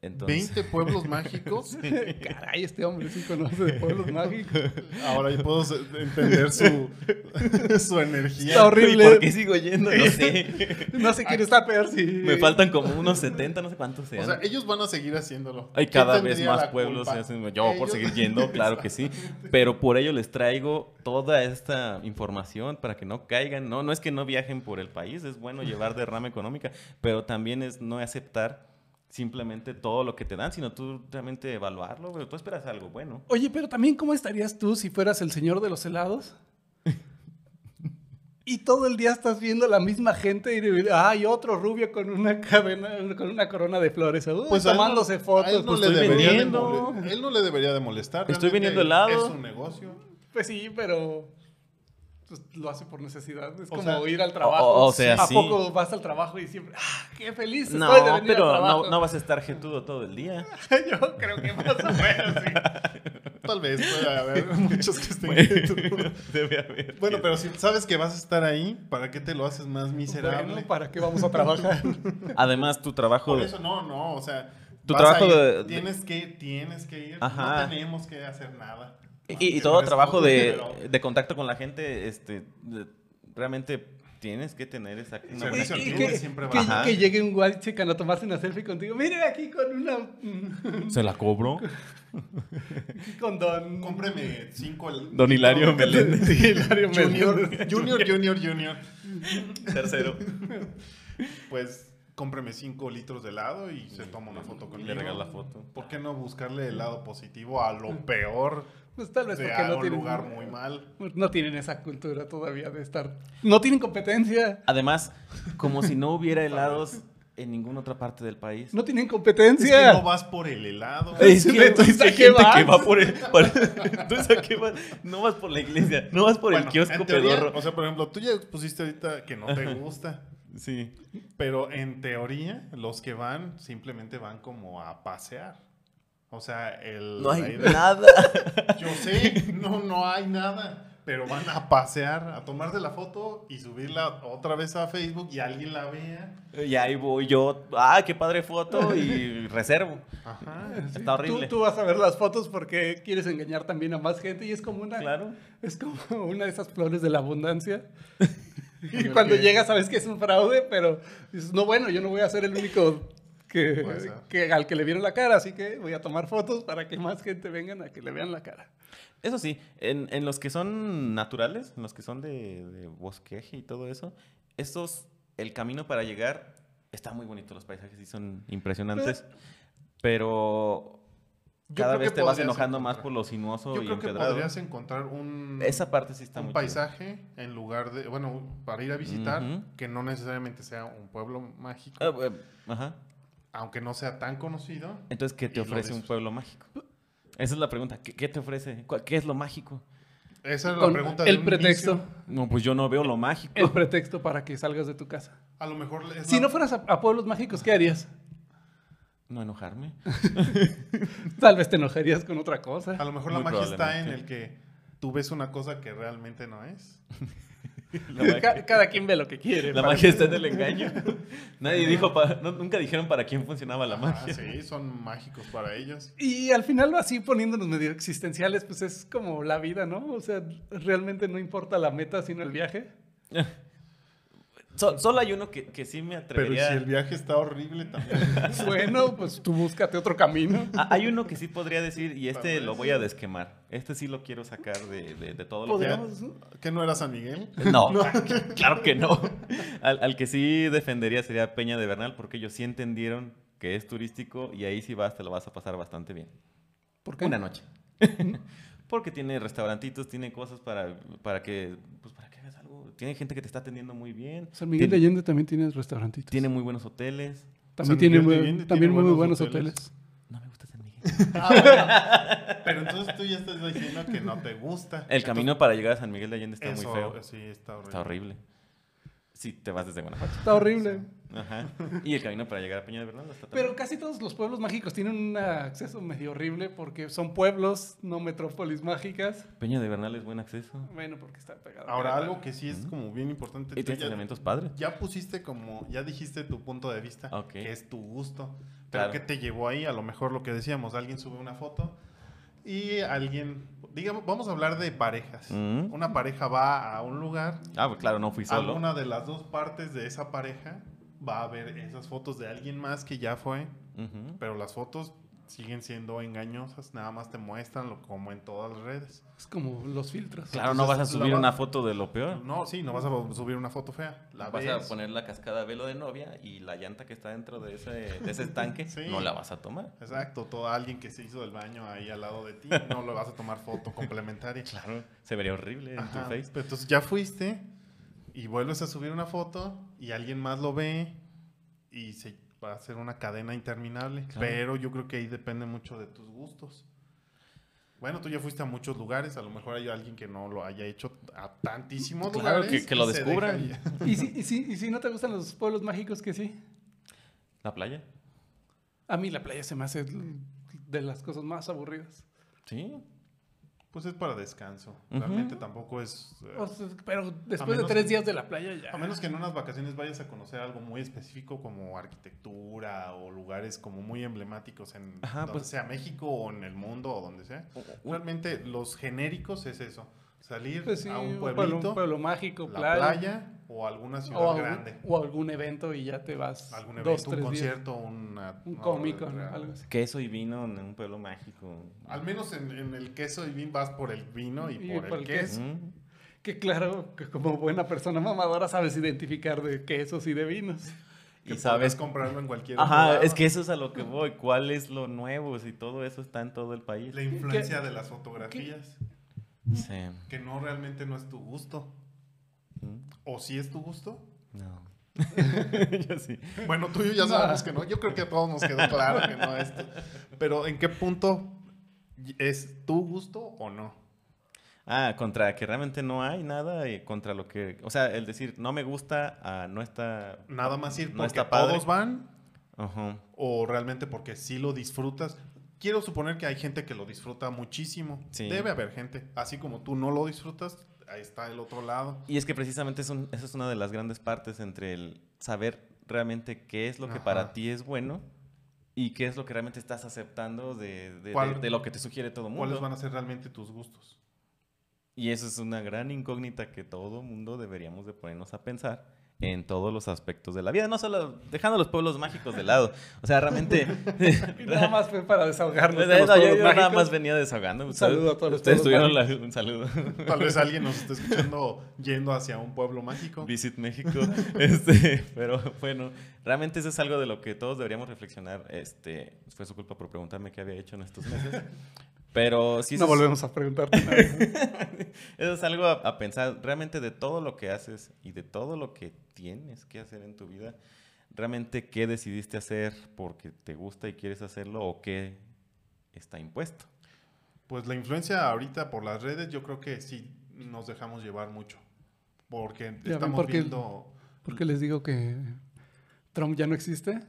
Speaker 2: Entonces,
Speaker 1: 20 pueblos mágicos.
Speaker 3: Caray, este hombre sí conoce de pueblos mágicos.
Speaker 1: Ahora yo puedo se- entender su, su energía.
Speaker 3: Está horrible.
Speaker 2: ¿Y ¿Por qué sigo yendo? No sé.
Speaker 3: No sé quién está peor si...
Speaker 2: Me faltan como unos 70, no sé cuántos
Speaker 1: O
Speaker 2: sean.
Speaker 1: sea, ellos van a seguir haciéndolo.
Speaker 2: ¿eh? Hay
Speaker 1: ¿Quién
Speaker 2: cada vez
Speaker 1: tendría
Speaker 2: más
Speaker 1: la
Speaker 2: pueblos.
Speaker 1: culpa?
Speaker 2: se hacen- Yo por
Speaker 1: Ellos.
Speaker 2: seguir yendo, claro que sí. Pero por ello les traigo toda esta información para que no caigan. No, no es que no viajen por el país, es bueno llevar derrama económica, pero también es no aceptar simplemente todo lo que te dan, sino tú realmente evaluarlo. Pero tú esperas algo bueno.
Speaker 3: Oye, pero también, ¿cómo estarías tú si fueras el señor de los helados? Y todo el día estás viendo la misma gente y hay otro rubio con una cadena, con una corona de flores, uy,
Speaker 1: Pues a él no-
Speaker 3: tomándose
Speaker 1: a
Speaker 3: fotos.
Speaker 1: él, no
Speaker 3: Pues,
Speaker 1: le
Speaker 2: estoy
Speaker 1: debería de
Speaker 2: vendiendo.
Speaker 1: mole- él no le debería de molestar.
Speaker 2: Estoy
Speaker 1: realmente
Speaker 2: vendiendo helado.
Speaker 1: Es un negocio.
Speaker 3: pues sí, pero pues, lo hace por necesidad. Es
Speaker 1: O
Speaker 3: como
Speaker 1: sea,
Speaker 3: ir al trabajo.
Speaker 2: o- o sea,
Speaker 3: ¿A
Speaker 2: sí.
Speaker 3: poco vas al trabajo y siempre, ah, qué feliz
Speaker 2: No,
Speaker 3: estoy de venir al
Speaker 2: pero
Speaker 3: trabajo"?
Speaker 2: no, no vas a estar gentudo todo el día.
Speaker 3: Yo creo que más o menos, sí.
Speaker 1: Tal vez pueda haber muchos que estén.
Speaker 2: Debe haber.
Speaker 1: bueno, pero si sabes que vas a estar ahí, ¿para qué te lo haces más miserable?
Speaker 3: Bueno, ¿para qué vamos a trabajar?
Speaker 2: Además, tu trabajo.
Speaker 1: Por
Speaker 2: de-
Speaker 1: eso no, no, o sea.
Speaker 2: Tu
Speaker 1: vas a
Speaker 2: trabajo
Speaker 1: ir,
Speaker 2: de-
Speaker 1: Tienes que, tienes que ir.
Speaker 2: Ajá.
Speaker 1: No tenemos que hacer nada.
Speaker 2: Y, y
Speaker 1: Que
Speaker 2: todo
Speaker 1: parezca
Speaker 2: trabajo
Speaker 1: otro,
Speaker 2: de,
Speaker 1: pero-
Speaker 2: de contacto con la gente, este, de- realmente tienes que tener esa una buena
Speaker 1: Servicio al
Speaker 3: Y- y
Speaker 2: actitud.
Speaker 1: cliente.
Speaker 3: que,
Speaker 1: siempre
Speaker 3: que-
Speaker 2: va.
Speaker 3: que llegue un guachican a tomarse una selfie contigo. Miren aquí con una mm,
Speaker 2: ¿Se la cobro?
Speaker 3: aquí con Don
Speaker 1: Cómpreme cinco. hel-
Speaker 2: Don Hilario
Speaker 1: cinco-
Speaker 2: Meléndez.
Speaker 3: Sí, Hilario
Speaker 1: Junior,
Speaker 3: Meléndez.
Speaker 1: Junior, Junior, Junior.
Speaker 2: Tercero.
Speaker 1: Pues cómpreme 5 litros de helado y se toma una foto
Speaker 2: Y
Speaker 1: conmigo.
Speaker 2: le regala la foto.
Speaker 1: ¿Por qué no buscarle el lado positivo a
Speaker 2: Mm.
Speaker 1: lo peor
Speaker 3: Pues tal vez
Speaker 1: de
Speaker 3: porque no
Speaker 1: algún
Speaker 3: tienen, pues,
Speaker 1: lugar muy mal?
Speaker 3: no tienen esa cultura todavía de estar. No tienen competencia.
Speaker 2: Además, como si no hubiera helados en ninguna otra parte del país.
Speaker 3: No tienen
Speaker 1: Es que
Speaker 2: eh.
Speaker 3: competencia.
Speaker 1: no vas por el helado.
Speaker 3: Es que, entonces, ¿a qué vas?
Speaker 2: por el... por- entonces, ¿a qué vas? No vas por la iglesia, no vas por
Speaker 1: Bueno,
Speaker 2: el kiosco
Speaker 1: en teoría,
Speaker 2: pedorro.
Speaker 1: O sea, por ejemplo, tú ya pusiste ahorita que no te gusta.
Speaker 2: Sí.
Speaker 1: Pero en teoría, los que van simplemente van como a pasear. O sea, el.
Speaker 2: No
Speaker 1: la
Speaker 2: hay
Speaker 1: idea-
Speaker 2: nada.
Speaker 1: Yo sé, no, no hay nada. pero van a pasear, a tomarse la foto y subirla otra vez a Facebook y alguien la vea.
Speaker 2: Y ahí voy yo, ah, qué padre foto y reservo.
Speaker 1: Ajá.
Speaker 3: Sí,
Speaker 2: Está horrible.
Speaker 3: Tú, tú vas a ver las fotos porque quieres engañar también a más gente y es como una,
Speaker 2: Claro.
Speaker 3: es como una de esas flores de la abundancia. y cuando llegas sabes que es un fraude, pero dices, no, bueno, yo no voy a ser el único que,
Speaker 1: Puede ser.
Speaker 3: que- al que le vieron la cara, así que voy a tomar fotos para que más gente vengan a que le vean la cara.
Speaker 2: Eso sí, en, en los que son naturales, en los que son de, de bosqueje y todo eso, estos, el camino para llegar está muy bonito, los paisajes sí son impresionantes, pero
Speaker 1: Pues, Yo
Speaker 2: cada
Speaker 1: creo que
Speaker 2: vez te vas
Speaker 1: podrías
Speaker 2: enojando más
Speaker 1: encontrar.
Speaker 2: por lo sinuoso
Speaker 1: Yo
Speaker 2: y
Speaker 1: creo que
Speaker 2: empedrado.
Speaker 1: podrías encontrar un,
Speaker 2: Esa parte sí está
Speaker 1: un
Speaker 2: muy chida.
Speaker 1: paisaje en lugar de, bueno, para ir a visitar,
Speaker 2: Ujú.
Speaker 1: que no necesariamente sea un pueblo mágico,
Speaker 2: Ah, bueno, Ajá.
Speaker 1: aunque no sea tan conocido.
Speaker 2: Entonces, ¿qué
Speaker 1: Y
Speaker 2: te
Speaker 1: lo
Speaker 2: ofrece un
Speaker 1: disfrutas.
Speaker 2: pueblo mágico? Esa es la pregunta. ¿Qué, qué te ofrece? ¿Cuál- ¿Qué es lo mágico?
Speaker 1: Esa es la
Speaker 3: Con
Speaker 1: pregunta de
Speaker 3: el
Speaker 1: un
Speaker 3: pretexto,
Speaker 1: inicio.
Speaker 2: No, pues yo no veo lo mágico.
Speaker 3: el pretexto para que salgas de tu casa.
Speaker 1: A lo mejor es
Speaker 3: Si
Speaker 1: la-
Speaker 3: no fueras a, a pueblos mágicos, ¿qué harías?
Speaker 2: No enojarme.
Speaker 3: Tal vez te enojarías con otra cosa.
Speaker 1: a lo mejor la
Speaker 2: Muy
Speaker 1: magia está en
Speaker 2: probablemente.
Speaker 1: el que tú ves una cosa que realmente no es.
Speaker 2: La magia,
Speaker 3: Ca- Cada quien ve lo que quiere.
Speaker 2: la
Speaker 3: para-
Speaker 2: magia está en el engaño. Nadie dijo, pa- no, nunca dijeron para quién funcionaba la
Speaker 1: Ah,
Speaker 2: magia.
Speaker 1: sí, son mágicos para ellos.
Speaker 3: Y al final, así poniéndonos medio existenciales, pues es como la vida, ¿no? O sea, realmente no importa la meta, sino el viaje.
Speaker 2: So- solo hay uno que, que sí me
Speaker 1: Pero
Speaker 2: atrevería.
Speaker 1: si el viaje está horrible también.
Speaker 3: Bueno, pues tú búscate otro camino.
Speaker 2: Ah, Hay uno que sí podría decir, y este
Speaker 1: Tal
Speaker 2: lo
Speaker 1: vez.
Speaker 2: voy a desquemar. Este sí lo quiero sacar de, de- de todo lo que
Speaker 3: Podríamos.
Speaker 1: ¿Que no era San Miguel?
Speaker 2: No, claro que no. Al, al que sí defendería sería Peña de Bernal, porque ellos sí entendieron que es turístico y ahí sí vas, te lo vas a pasar bastante bien.
Speaker 3: ¿Por
Speaker 2: Una noche. porque tiene restaurantitos, tiene cosas para, para que pues para que hagas algo. Tiene gente que te está atendiendo muy bien.
Speaker 3: San Miguel de
Speaker 2: tiene,
Speaker 3: Allende también tiene restaurantitos.
Speaker 2: tiene muy buenos hoteles.
Speaker 3: también
Speaker 1: San Miguel
Speaker 3: tiene,
Speaker 1: de
Speaker 3: muy-
Speaker 1: Allende
Speaker 3: también
Speaker 1: tiene
Speaker 3: muy
Speaker 1: buenos
Speaker 3: buenos
Speaker 1: hoteles.
Speaker 3: hoteles.
Speaker 2: No me gusta San Miguel.
Speaker 1: Pero entonces tú ya estás diciendo que no te gusta.
Speaker 2: El camino para llegar a San Miguel de Allende está
Speaker 1: Entonces,
Speaker 2: muy feo.
Speaker 1: eso, Sí, está horrible.
Speaker 2: Está horrible. Si te vas desde Guanajuato.
Speaker 3: Está horrible.
Speaker 2: Ajá. Y el camino para llegar a Peña de Bernal está también.
Speaker 3: Pero casi todos los pueblos mágicos tienen un acceso medio horrible porque son pueblos, no metrópolis mágicas.
Speaker 2: Peña de Bernal es buen acceso.
Speaker 3: Bueno, porque está pegado.
Speaker 1: Ahora, algo que sí es como bien importante.
Speaker 2: Y
Speaker 1: tú
Speaker 2: tiene
Speaker 1: ya,
Speaker 2: elementos padres.
Speaker 1: ya pusiste como, ya dijiste tu punto de vista,
Speaker 2: Ok.
Speaker 1: que es tu gusto. Pero
Speaker 2: Claro.
Speaker 1: que te llevó ahí? A lo mejor lo que decíamos, alguien sube una foto y alguien, digamos, vamos a hablar de parejas.
Speaker 2: Mm.
Speaker 1: Una pareja va a un lugar,
Speaker 2: Ah, pues claro, no fui solo.
Speaker 1: alguna de las dos partes de esa pareja va a ver esas fotos de alguien más que ya fue.
Speaker 2: Ujú.
Speaker 1: Pero las fotos siguen siendo engañosas, nada más te muestran lo como en todas las redes.
Speaker 3: Es como los filtros.
Speaker 2: Claro, no vas a
Speaker 1: Entonces, la
Speaker 2: subir
Speaker 1: va-
Speaker 2: una foto de lo peor.
Speaker 1: No, sí, no vas a subir una foto fea. La
Speaker 2: Ah. vas
Speaker 1: ves.
Speaker 2: a poner la cascada velo de novia y la llanta que está dentro de ese, de ese estanque
Speaker 1: Sí.
Speaker 2: no la vas a tomar.
Speaker 1: Exacto, todo alguien que se hizo del baño ahí al lado de ti, no le vas a tomar foto complementaria.
Speaker 2: Claro, se vería horrible en
Speaker 1: Ajá,
Speaker 2: tu face.
Speaker 1: Pero entonces ya fuiste y vuelves a subir una foto y alguien más lo ve y se va a hacer una cadena interminable.
Speaker 2: Claro.
Speaker 1: Pero yo creo que ahí depende mucho de tus gustos. Bueno, tú ya fuiste a muchos lugares, a lo mejor hay alguien que no lo haya hecho a tantísimos
Speaker 2: Claro,
Speaker 1: lugares.
Speaker 2: que- que lo
Speaker 1: y se
Speaker 2: descubran.
Speaker 1: deja ahí.
Speaker 3: ¿Y si, y, si, y si no te gustan los pueblos mágicos, que sí?
Speaker 2: La playa,
Speaker 3: A mí la playa se me hace l- de las cosas más aburridas.
Speaker 2: sí.
Speaker 1: Pues es para descanso.
Speaker 2: Ujú.
Speaker 1: Realmente tampoco es... eh,
Speaker 3: O sea, pero después de
Speaker 1: menos-
Speaker 3: tres días de la playa ya.
Speaker 1: A menos que en unas vacaciones vayas a conocer algo muy específico como arquitectura o lugares como muy emblemáticos en
Speaker 2: Ajá,
Speaker 1: donde
Speaker 2: pues-
Speaker 1: sea México o en el mundo o donde sea. Realmente los genéricos es eso, salir
Speaker 3: Pues sí,
Speaker 1: a un
Speaker 3: pueblo-
Speaker 1: pueblito,
Speaker 3: un pueblo mágico,
Speaker 1: la
Speaker 3: playa.
Speaker 1: playa, o alguna ciudad
Speaker 3: o, algún,
Speaker 1: grande,
Speaker 3: o algún evento y ya te vas
Speaker 1: algún
Speaker 3: dos,
Speaker 1: evento, un
Speaker 3: tres días.
Speaker 1: concierto, una-
Speaker 3: Un
Speaker 1: una obra
Speaker 3: cómico,
Speaker 1: de
Speaker 3: ¿no?
Speaker 1: teatro.
Speaker 3: algo así.
Speaker 2: Queso y vino en un pueblo mágico.
Speaker 1: Al menos en, en el queso y vin vas por el vino y, por, el queso.
Speaker 2: Mm.
Speaker 3: Que claro, que como buena persona mamadora sabes identificar de quesos y de vinos.
Speaker 1: que
Speaker 2: Y sabes.
Speaker 1: podrás comprarlo en cualquier
Speaker 2: Ajá,
Speaker 1: lado.
Speaker 2: es que eso es a lo que voy. ¿Cuál es lo nuevo? Si todo eso está en todo el país.
Speaker 1: la influencia de las fotografías,
Speaker 2: Sí.
Speaker 1: que no realmente no es tu gusto.
Speaker 2: Mm.
Speaker 1: ¿O si es tu gusto?
Speaker 2: No. Yo sí.
Speaker 1: Bueno, tú y yo ya sabemos que no. Yo creo que a todos nos quedó claro que no es tu- Pero ¿en qué punto es tu gusto o no?
Speaker 2: Ah, contra que realmente no hay nada y contra lo que. O sea, el decir no me gusta, ah, no está.
Speaker 1: Nada más ir
Speaker 2: No
Speaker 1: porque
Speaker 2: está padre.
Speaker 1: todos van
Speaker 2: Ajá.
Speaker 1: o realmente porque sí lo disfrutas. quiero suponer que hay gente que lo disfruta muchísimo.
Speaker 2: Sí.
Speaker 1: Debe haber gente. Así como tú no lo disfrutas, ahí está el otro lado.
Speaker 2: Y es que precisamente es un- esa es una de las grandes partes entre el saber realmente qué es lo que para
Speaker 1: Ajá.
Speaker 2: ti es bueno y qué es lo que realmente estás aceptando de, de- de-
Speaker 1: ¿Cuál-
Speaker 2: de lo que te sugiere todo el
Speaker 1: ¿Cuáles
Speaker 2: mundo.
Speaker 1: van a ser realmente tus gustos?
Speaker 2: Y eso es una gran incógnita que todo mundo deberíamos de ponernos a pensar en todos los aspectos de la vida, no solo dejando los pueblos mágicos de lado. O sea, realmente...
Speaker 3: Nada más fue para desahogarnos. de
Speaker 2: No,
Speaker 3: los
Speaker 2: yo- yo
Speaker 3: pueblos
Speaker 2: nada
Speaker 3: mágicos.
Speaker 2: más venía desahogando.
Speaker 3: Un saludo a todos los
Speaker 2: Ustedes
Speaker 3: pueblos
Speaker 2: tuvieron la- un saludo.
Speaker 1: Tal vez alguien nos esté escuchando yendo hacia un pueblo mágico.
Speaker 2: Visit México. este, pero bueno, realmente eso es algo de lo que todos deberíamos reflexionar. Este, fue su culpa por preguntarme qué había hecho en estos meses. Pero sí,
Speaker 3: no
Speaker 2: eso, es,
Speaker 3: volvemos a preguntarte. nada.
Speaker 2: eso es algo a, a pensar. Realmente de todo lo que haces y de todo lo que tienes que hacer en tu vida, realmente qué decidiste hacer porque te gusta y quieres hacerlo o qué está impuesto.
Speaker 1: Pues la influencia ahorita por las redes, yo creo que sí nos dejamos llevar mucho. Porque
Speaker 3: ven
Speaker 1: estamos
Speaker 3: por qué-
Speaker 1: viendo.
Speaker 3: ¿Por qué les digo que Trump ya no existe?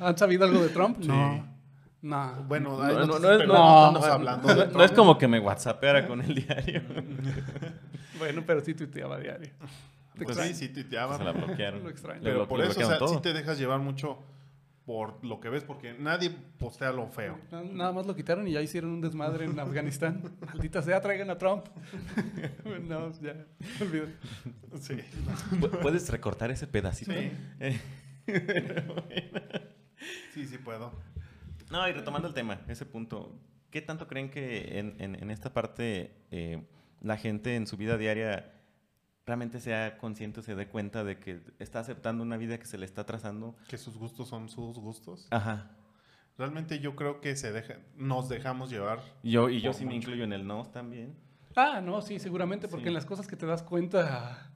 Speaker 3: ¿Han sabido algo de Trump?
Speaker 1: Sí.
Speaker 3: No. No.
Speaker 1: Bueno,
Speaker 2: No,
Speaker 1: hay
Speaker 2: no,
Speaker 1: noticias,
Speaker 2: no es-
Speaker 1: pero
Speaker 3: no,
Speaker 1: estamos
Speaker 2: no,
Speaker 1: hablando
Speaker 2: no,
Speaker 1: de
Speaker 2: no
Speaker 1: Trump.
Speaker 2: es como que me whatsappeara con el diario.
Speaker 3: Bueno, pero sí tuiteaba diario. Te
Speaker 1: Pues
Speaker 3: extraño.
Speaker 1: sí, sí, tuiteaba,
Speaker 2: Se la bloquearon.
Speaker 3: Lo extraño.
Speaker 2: Le
Speaker 1: Pero
Speaker 2: bloque-
Speaker 1: por
Speaker 2: le
Speaker 1: eso, o
Speaker 2: bloquearon
Speaker 1: sea,
Speaker 2: todo.
Speaker 1: sí te dejas llevar mucho por lo que ves, porque nadie postea lo feo.
Speaker 3: Na- Nada más lo quitaron y ya hicieron un desmadre en Afganistán. Maldita sea, traigan a Trump. no, ya. olvido.
Speaker 1: Sí.
Speaker 2: Pu- ¿Puedes recortar ese pedacito?
Speaker 1: Sí.
Speaker 2: Eh,
Speaker 1: Sí, sí puedo.
Speaker 2: no, y retomando el tema, ese punto, ¿qué tanto creen que en, en- en esta parte eh, la gente en su vida diaria realmente sea consciente, se dé cuenta de que está aceptando una vida que se le está trazando?
Speaker 1: Que sus gustos son sus gustos.
Speaker 2: Ajá.
Speaker 1: Realmente yo creo que se deja, nos dejamos llevar.
Speaker 2: Yo, y yo
Speaker 1: Por
Speaker 2: sí me
Speaker 1: mucho.
Speaker 2: incluyo en el no también.
Speaker 3: Ah, no, sí, seguramente, porque
Speaker 2: Sí.
Speaker 3: en las cosas que te das cuenta,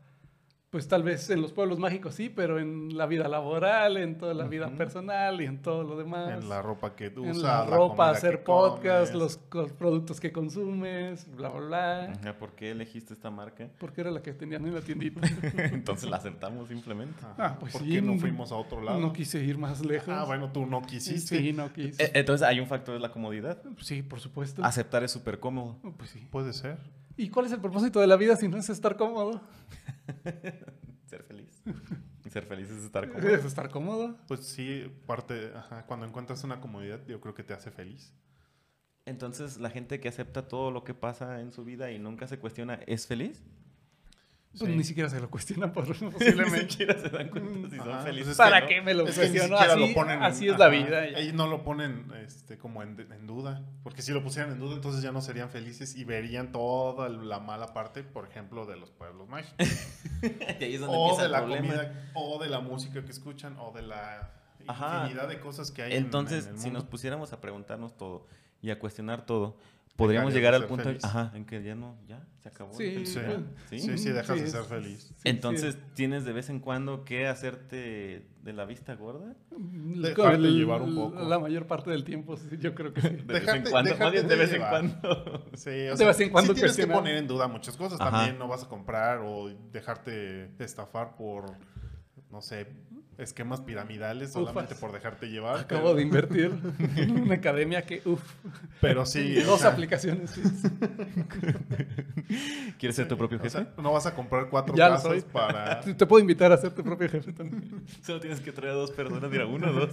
Speaker 3: pues tal vez en los pueblos mágicos sí, pero en la vida laboral, en toda la vida
Speaker 2: Ujú.
Speaker 3: personal y en todo lo demás.
Speaker 1: En la ropa que
Speaker 3: Ah, En
Speaker 1: usas,
Speaker 3: la
Speaker 1: la
Speaker 3: ropa,
Speaker 1: comida
Speaker 3: hacer
Speaker 1: que
Speaker 3: podcast,
Speaker 1: comes.
Speaker 3: los, co- productos que consumes, bla, bla,
Speaker 1: Ah.
Speaker 3: bla.
Speaker 2: Ajá, ¿Por qué elegiste esta marca?
Speaker 3: Porque era la que tenían en la tiendita.
Speaker 2: Entonces la aceptamos simplemente.
Speaker 1: Ajá.
Speaker 3: Ah, pues
Speaker 1: ¿Por
Speaker 3: sí,
Speaker 1: qué no
Speaker 3: no-
Speaker 1: fuimos a otro lado?
Speaker 3: no quise ir más lejos.
Speaker 1: Ah, bueno, tú no
Speaker 3: sí,
Speaker 1: quisiste.
Speaker 3: sí, no quise.
Speaker 2: Eh, Entonces hay un factor de la comodidad.
Speaker 1: eh.
Speaker 3: sí, por supuesto.
Speaker 2: Aceptar es súper cómodo.
Speaker 3: Pues sí.
Speaker 1: Puede ser.
Speaker 3: ¿Y cuál es el propósito de la vida si no es estar cómodo?
Speaker 2: Ser feliz. Y ser feliz es estar cómodo.
Speaker 3: Es estar cómodo.
Speaker 1: Pues sí, parte, ajá, cuando encuentras una comodidad, yo creo que te hace feliz.
Speaker 2: Entonces, la gente que acepta todo lo que pasa en su vida y nunca se cuestiona, ¿es feliz?
Speaker 3: Pues
Speaker 1: Sí.
Speaker 3: ni siquiera se lo cuestiona por
Speaker 2: Ni
Speaker 3: posiblemente.
Speaker 2: siquiera se dan cuenta si
Speaker 1: Ajá,
Speaker 2: son felices.
Speaker 1: pues
Speaker 2: o
Speaker 3: ¿Para
Speaker 2: no.
Speaker 3: qué me lo
Speaker 1: Es que ni
Speaker 3: cuestiono?
Speaker 1: siquiera
Speaker 3: Así,
Speaker 1: lo ponen en-
Speaker 3: así es la
Speaker 1: ajá,
Speaker 3: vida. ya.
Speaker 1: Ellos no lo ponen este, como en, en duda. Porque si lo pusieran en duda, entonces ya no serían felices y verían toda la mala parte, por ejemplo, de los pueblos mágicos.
Speaker 2: Y ahí es donde
Speaker 1: o
Speaker 2: empieza
Speaker 1: de
Speaker 2: el
Speaker 1: la
Speaker 2: problema.
Speaker 1: comida, o de la música que escuchan, o de la
Speaker 2: Ajá.
Speaker 1: infinidad de cosas que hay en-
Speaker 2: Entonces,
Speaker 1: en el
Speaker 2: si
Speaker 1: mundo.
Speaker 2: nos pusiéramos a preguntarnos todo y a cuestionar todo,
Speaker 1: Dejarías
Speaker 2: podríamos
Speaker 1: de
Speaker 2: llegar al
Speaker 1: ser
Speaker 2: punto
Speaker 1: feliz.
Speaker 2: ajá, en que ya no, ya, se acabó.
Speaker 3: Sí,
Speaker 1: Sí.
Speaker 2: Ya, ¿sí?
Speaker 1: Sí, sí, dejas de
Speaker 3: Sí,
Speaker 1: ser
Speaker 3: sí,
Speaker 1: feliz.
Speaker 3: sí,
Speaker 2: Entonces, tienes de vez en cuando que hacerte de la vista gorda.
Speaker 1: Dejarte
Speaker 3: Con
Speaker 1: llevar un poco.
Speaker 3: La mayor parte del tiempo, sí, yo creo que sí.
Speaker 2: De vez
Speaker 1: Dejarte-
Speaker 2: en cuando.
Speaker 1: dejarte
Speaker 2: más bien de
Speaker 1: de
Speaker 2: vez en
Speaker 1: llevar.
Speaker 2: cuando.
Speaker 1: Sí, o
Speaker 3: De
Speaker 1: sea,
Speaker 3: vez en cuando
Speaker 1: sí tienes que
Speaker 3: cuestionar.
Speaker 1: poner en duda muchas cosas.
Speaker 2: Ajá.
Speaker 1: También no vas a comprar o dejarte estafar por, no sé, esquemas piramidales solamente
Speaker 3: Ufas.
Speaker 1: por dejarte llevar.
Speaker 3: Acabo
Speaker 1: pero,
Speaker 3: de invertir en una academia que, uff,
Speaker 1: pero sí, o
Speaker 3: dos
Speaker 1: sea,
Speaker 3: aplicaciones. sí.
Speaker 2: ¿Quieres ser tu propio
Speaker 1: o
Speaker 2: jefe?
Speaker 1: sea, no vas a comprar cuatro
Speaker 3: Ya lo soy.
Speaker 1: casas para...
Speaker 3: Te puedo invitar a ser tu propio jefe también.
Speaker 2: Solo tienes que traer a dos personas, mira, uno o dos.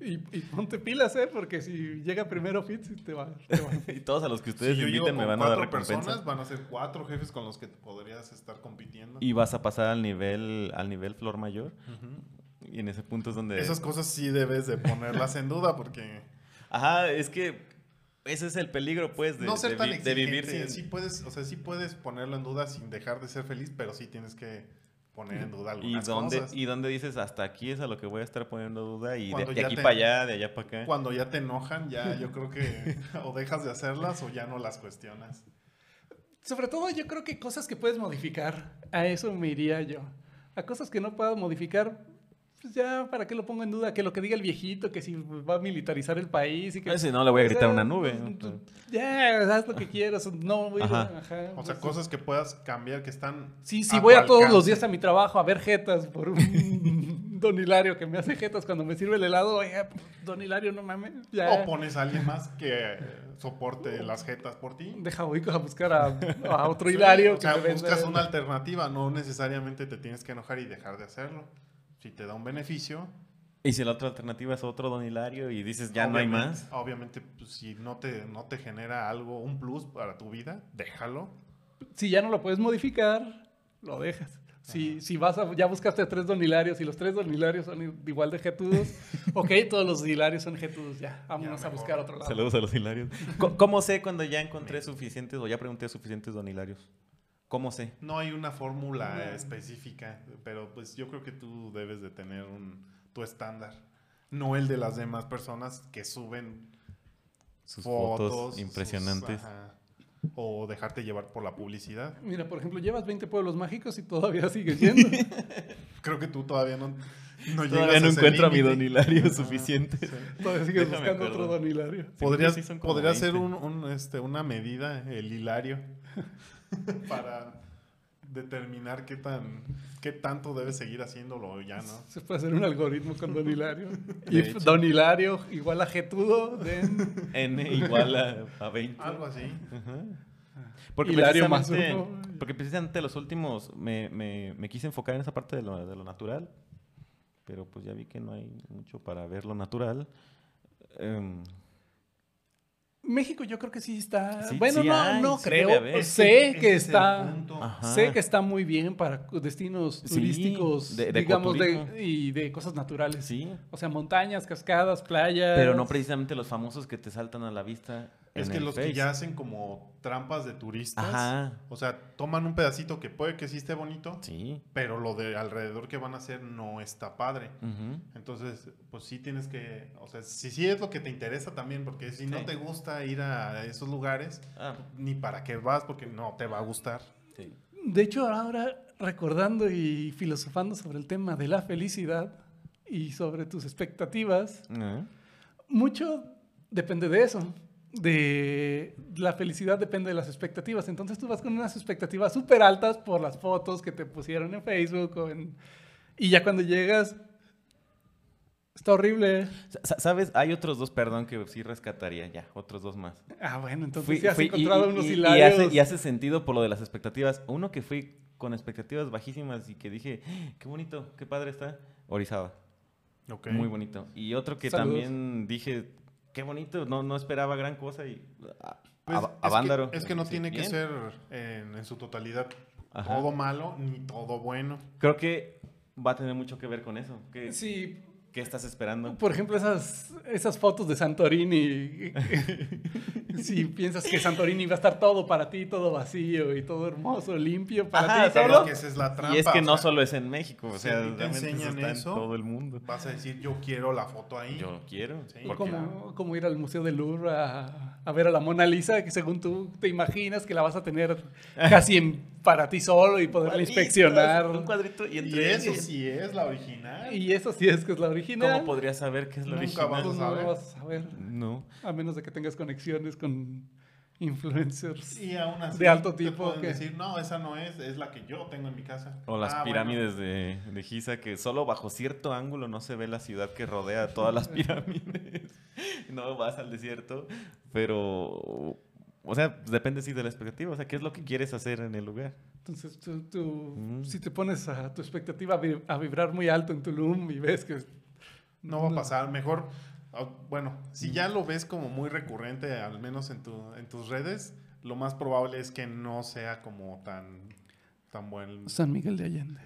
Speaker 3: Y, y ponte pilas, ¿eh? Porque si llega primero Fitz, te va. Te va.
Speaker 2: Y todos a los que
Speaker 1: Si
Speaker 2: ustedes
Speaker 1: yo llego
Speaker 2: inviten me
Speaker 1: con
Speaker 2: van a dar
Speaker 1: cuatro
Speaker 2: recompensa.
Speaker 1: personas, van a ser cuatro jefes con los que te podrías estar compitiendo.
Speaker 2: Y vas a pasar al nivel, al nivel flor mayor.
Speaker 1: Ujú.
Speaker 2: Y en ese punto es donde.
Speaker 1: Esas cosas sí debes de ponerlas en duda porque
Speaker 2: Ajá, es que ese es el peligro, pues, de,
Speaker 1: no ser
Speaker 2: de
Speaker 1: tan
Speaker 2: vi- de
Speaker 1: exigente.
Speaker 2: vivir sin-
Speaker 1: Sí puedes, o sea, sí puedes ponerlo en duda sin dejar de ser feliz, pero sí tienes que poner en duda
Speaker 2: ¿Y
Speaker 1: algunas
Speaker 2: dónde,
Speaker 1: cosas.
Speaker 2: y dónde dices hasta aquí es a lo que voy a estar poniendo duda y de,
Speaker 1: Cuando
Speaker 2: de
Speaker 1: ya
Speaker 2: aquí
Speaker 1: te-
Speaker 2: para allá, de allá para acá.
Speaker 1: Cuando ya te enojan, ya yo creo que o dejas de hacerlas o ya no las cuestionas.
Speaker 3: Sobre todo, yo creo que cosas que puedes modificar, a eso me iría yo. A cosas que no puedo modificar, pues ya, ¿para qué lo pongo en duda? Que lo que diga el viejito, que si va a militarizar el país y que.
Speaker 2: Ah, si no, le voy a gritar a
Speaker 3: O
Speaker 2: una
Speaker 3: sea,
Speaker 2: nube.
Speaker 3: tú- Ya, haz lo que quieras. No voy a ir a-
Speaker 2: Ajá.
Speaker 3: ajá,
Speaker 1: O sea,
Speaker 3: pues,
Speaker 1: cosas que puedas cambiar que están.
Speaker 3: Sí, sí,
Speaker 1: a tu
Speaker 3: voy a todos los
Speaker 1: alcance.
Speaker 3: días a mi trabajo a ver jetas por un Don Hilario que me hace jetas cuando me sirve el helado. Oiga, Don Hilario, no mames. Ya.
Speaker 1: O pones a alguien más que eh, soporte las jetas por ti.
Speaker 3: Deja voy a buscar a, a otro
Speaker 1: Sí,
Speaker 3: Hilario.
Speaker 1: O sea,
Speaker 3: que me venda
Speaker 1: buscas
Speaker 3: el-
Speaker 1: una alternativa, no necesariamente te tienes que enojar y dejar de hacerlo. Si te da un beneficio,
Speaker 2: Y si la otra alternativa es otro Don Hilario y dices, ya no hay
Speaker 1: Obviamente-
Speaker 2: más.
Speaker 1: Obviamente, pues, si no te, no te genera algo, un plus para tu vida, déjalo.
Speaker 3: Si ya no lo puedes modificar, lo dejas. Si, si vas a, ya buscaste a tres Don Hilarios y los tres Don Hilarios son igual de jetudos, ok, todos los Hilarios son jetudos, ya, vámonos
Speaker 1: Ya, mejor.
Speaker 3: a buscar otro lado.
Speaker 2: Saludos a los Hilarios. Co- ¿Cómo sé cuando ya encontré suficientes o ya pregunté suficientes Don Hilarios? ¿Cómo sé?
Speaker 1: No hay una fórmula específica, pero pues yo creo que tú debes de tener un, tu estándar, no el de las demás personas que suben
Speaker 2: Sus
Speaker 1: fotos,
Speaker 2: fotos,
Speaker 1: sus-
Speaker 2: impresionantes.
Speaker 1: ajá, o dejarte llevar por la publicidad.
Speaker 3: Mira, por ejemplo, llevas 20 pueblos mágicos y todavía sigues yendo.
Speaker 1: Creo que tú todavía no, no llegas
Speaker 2: Todavía no
Speaker 1: a ese
Speaker 2: encuentro a mi
Speaker 1: límite.
Speaker 2: Don Hilario
Speaker 1: Ajá,
Speaker 2: suficiente.
Speaker 1: sí.
Speaker 3: Todavía sigues
Speaker 2: Déjame
Speaker 3: buscando
Speaker 2: acuerdo.
Speaker 3: otro Don Hilario.
Speaker 1: Podrías,
Speaker 2: sí son como
Speaker 1: podría ser
Speaker 2: 20.
Speaker 1: un, un, este, una medida, el hilario, para determinar qué tan qué tanto debes seguir haciéndolo o ya, ¿no?
Speaker 3: Se puede hacer un algoritmo con Don Hilario.
Speaker 2: De
Speaker 3: If
Speaker 2: hecho.
Speaker 3: Don Hilario igual a jetudo, then
Speaker 2: N igual a, a 20.
Speaker 1: Algo así.
Speaker 2: Ajá.
Speaker 1: Ah.
Speaker 2: Porque,
Speaker 3: Hilario
Speaker 2: precisamente,
Speaker 3: Mazurko.
Speaker 2: porque precisamente los últimos me, me- me quise enfocar en esa parte de lo, de lo natural, pero pues ya vi que no hay mucho para ver lo natural. Em,
Speaker 3: México yo creo que sí está...
Speaker 2: Sí,
Speaker 3: bueno,
Speaker 2: sí
Speaker 3: no,
Speaker 2: hay,
Speaker 3: no
Speaker 2: sí debe
Speaker 3: creo. Pues
Speaker 2: haber.
Speaker 3: sé
Speaker 1: Ese-
Speaker 3: que
Speaker 1: ese es el
Speaker 3: está...
Speaker 1: punto.
Speaker 2: Ajá.
Speaker 3: Sé que está muy bien para cu- destinos
Speaker 2: Sí,
Speaker 3: turísticos,
Speaker 2: de- de
Speaker 3: digamos, de,
Speaker 2: ecoturismo.
Speaker 3: y de cosas naturales.
Speaker 2: sí,
Speaker 3: O sea, montañas, cascadas, playas.
Speaker 2: pero no precisamente los famosos que te saltan a la vista.
Speaker 1: Es
Speaker 2: en
Speaker 1: que
Speaker 2: el
Speaker 1: los
Speaker 2: Face.
Speaker 1: que ya hacen como trampas de turistas,
Speaker 2: Ajá,
Speaker 1: o sea, toman un pedacito que puede que sí esté bonito,
Speaker 2: sí.
Speaker 1: pero lo de alrededor que van a hacer no está padre.
Speaker 2: ujú.
Speaker 1: Entonces, pues sí tienes que, o sea, si sí es lo que te interesa también, porque si no
Speaker 2: Sí.
Speaker 1: te gusta ir a esos lugares,
Speaker 2: Ah,
Speaker 1: ni para qué vas, porque no te va a gustar.
Speaker 2: sí.
Speaker 3: De hecho, ahora recordando y filosofando sobre el tema de la felicidad y sobre tus expectativas,
Speaker 2: Ah,
Speaker 3: mucho depende de eso. De la felicidad depende de las expectativas. Entonces tú vas con unas expectativas súper altas por las fotos que te pusieron en Facebook o en- y ya cuando llegas está horrible.
Speaker 2: Sa- sa- ¿Sabes? Hay otros dos, perdón, que sí rescataría ya, otros dos más.
Speaker 3: Ah, bueno, entonces
Speaker 2: Fui-
Speaker 3: sí has
Speaker 2: fui- y-
Speaker 3: encontrado
Speaker 2: y-
Speaker 3: unos
Speaker 2: y- y
Speaker 3: hilarios.
Speaker 2: hace, y hace sentido por lo de las expectativas. Uno que fui con expectativas bajísimas y que dije, "Ah, qué bonito, qué padre está. Orizaba,
Speaker 1: Ok.
Speaker 2: muy bonito. Y otro que
Speaker 3: Saludos.
Speaker 2: también dije, qué bonito, no, no esperaba gran cosa y... a-
Speaker 1: Pues,
Speaker 2: a-
Speaker 1: es que-
Speaker 2: Avándaro.
Speaker 1: Es que, no
Speaker 2: Sí,
Speaker 1: tiene que
Speaker 2: bien.
Speaker 1: ser en, en su totalidad
Speaker 2: Ajá.
Speaker 1: todo malo ni todo bueno.
Speaker 2: Creo que va a tener mucho que ver con eso. ¿Qué,
Speaker 3: Sí,
Speaker 2: qué estás esperando?
Speaker 3: por ejemplo, esas, esas fotos de Santorini. si piensas que Santorini va a estar todo para ti, todo vacío y todo hermoso, limpio para
Speaker 2: Ajá,
Speaker 3: ti.
Speaker 2: pero
Speaker 1: Pero
Speaker 3: todo.
Speaker 1: es que esa es la trampa.
Speaker 2: Y es
Speaker 1: o
Speaker 2: que no
Speaker 1: sea,
Speaker 2: solo es en México, o
Speaker 1: si
Speaker 2: sea,
Speaker 1: a ti te
Speaker 2: realmente eso
Speaker 1: enseñan
Speaker 2: está en
Speaker 1: eso,
Speaker 2: todo el mundo.
Speaker 1: Vas a decir, yo quiero la foto ahí.
Speaker 2: Yo quiero.
Speaker 1: Sí.
Speaker 2: porque-
Speaker 3: Como, como ir al Museo del Louvre a, a ver a la Mona Lisa, que según tú te imaginas que la vas a tener casi en- para ti solo y poderla
Speaker 2: Cuadritos, Un
Speaker 3: inspeccionar.
Speaker 2: cuadrito y
Speaker 1: Y
Speaker 2: entre
Speaker 1: eso
Speaker 2: ellos.
Speaker 1: sí es la original.
Speaker 3: Y eso sí es que es la original.
Speaker 2: ¿Cómo podría saber qué es la
Speaker 1: Nunca
Speaker 2: original?
Speaker 1: vas
Speaker 3: Pues
Speaker 1: a
Speaker 3: no lo
Speaker 1: saber?
Speaker 3: vas a saber.
Speaker 2: No.
Speaker 3: A menos de que tengas conexiones con influencers.
Speaker 1: Y aún así
Speaker 3: De alto
Speaker 1: te
Speaker 3: tipo,
Speaker 1: pueden
Speaker 3: ¿qué?
Speaker 1: decir, no, esa no es, es la que yo tengo en mi casa.
Speaker 2: O las
Speaker 1: Ah, bueno.
Speaker 2: pirámides de, de Giza, que solo bajo cierto ángulo no se ve la ciudad que rodea todas las pirámides. no vas al desierto, pero... O sea, depende sí de la expectativa. O sea, ¿qué es lo que quieres hacer en el lugar?
Speaker 3: Entonces, tú, tú-
Speaker 2: Mm.
Speaker 3: si te pones a tu expectativa a vi- a vibrar muy alto en Tulum y ves que...
Speaker 1: No va a pasar, mejor. ah, Bueno, si ya lo ves como muy recurrente, al menos en, tu, en tus redes, lo más probable es que no sea como tan, tan buen.
Speaker 3: San Miguel de Allende.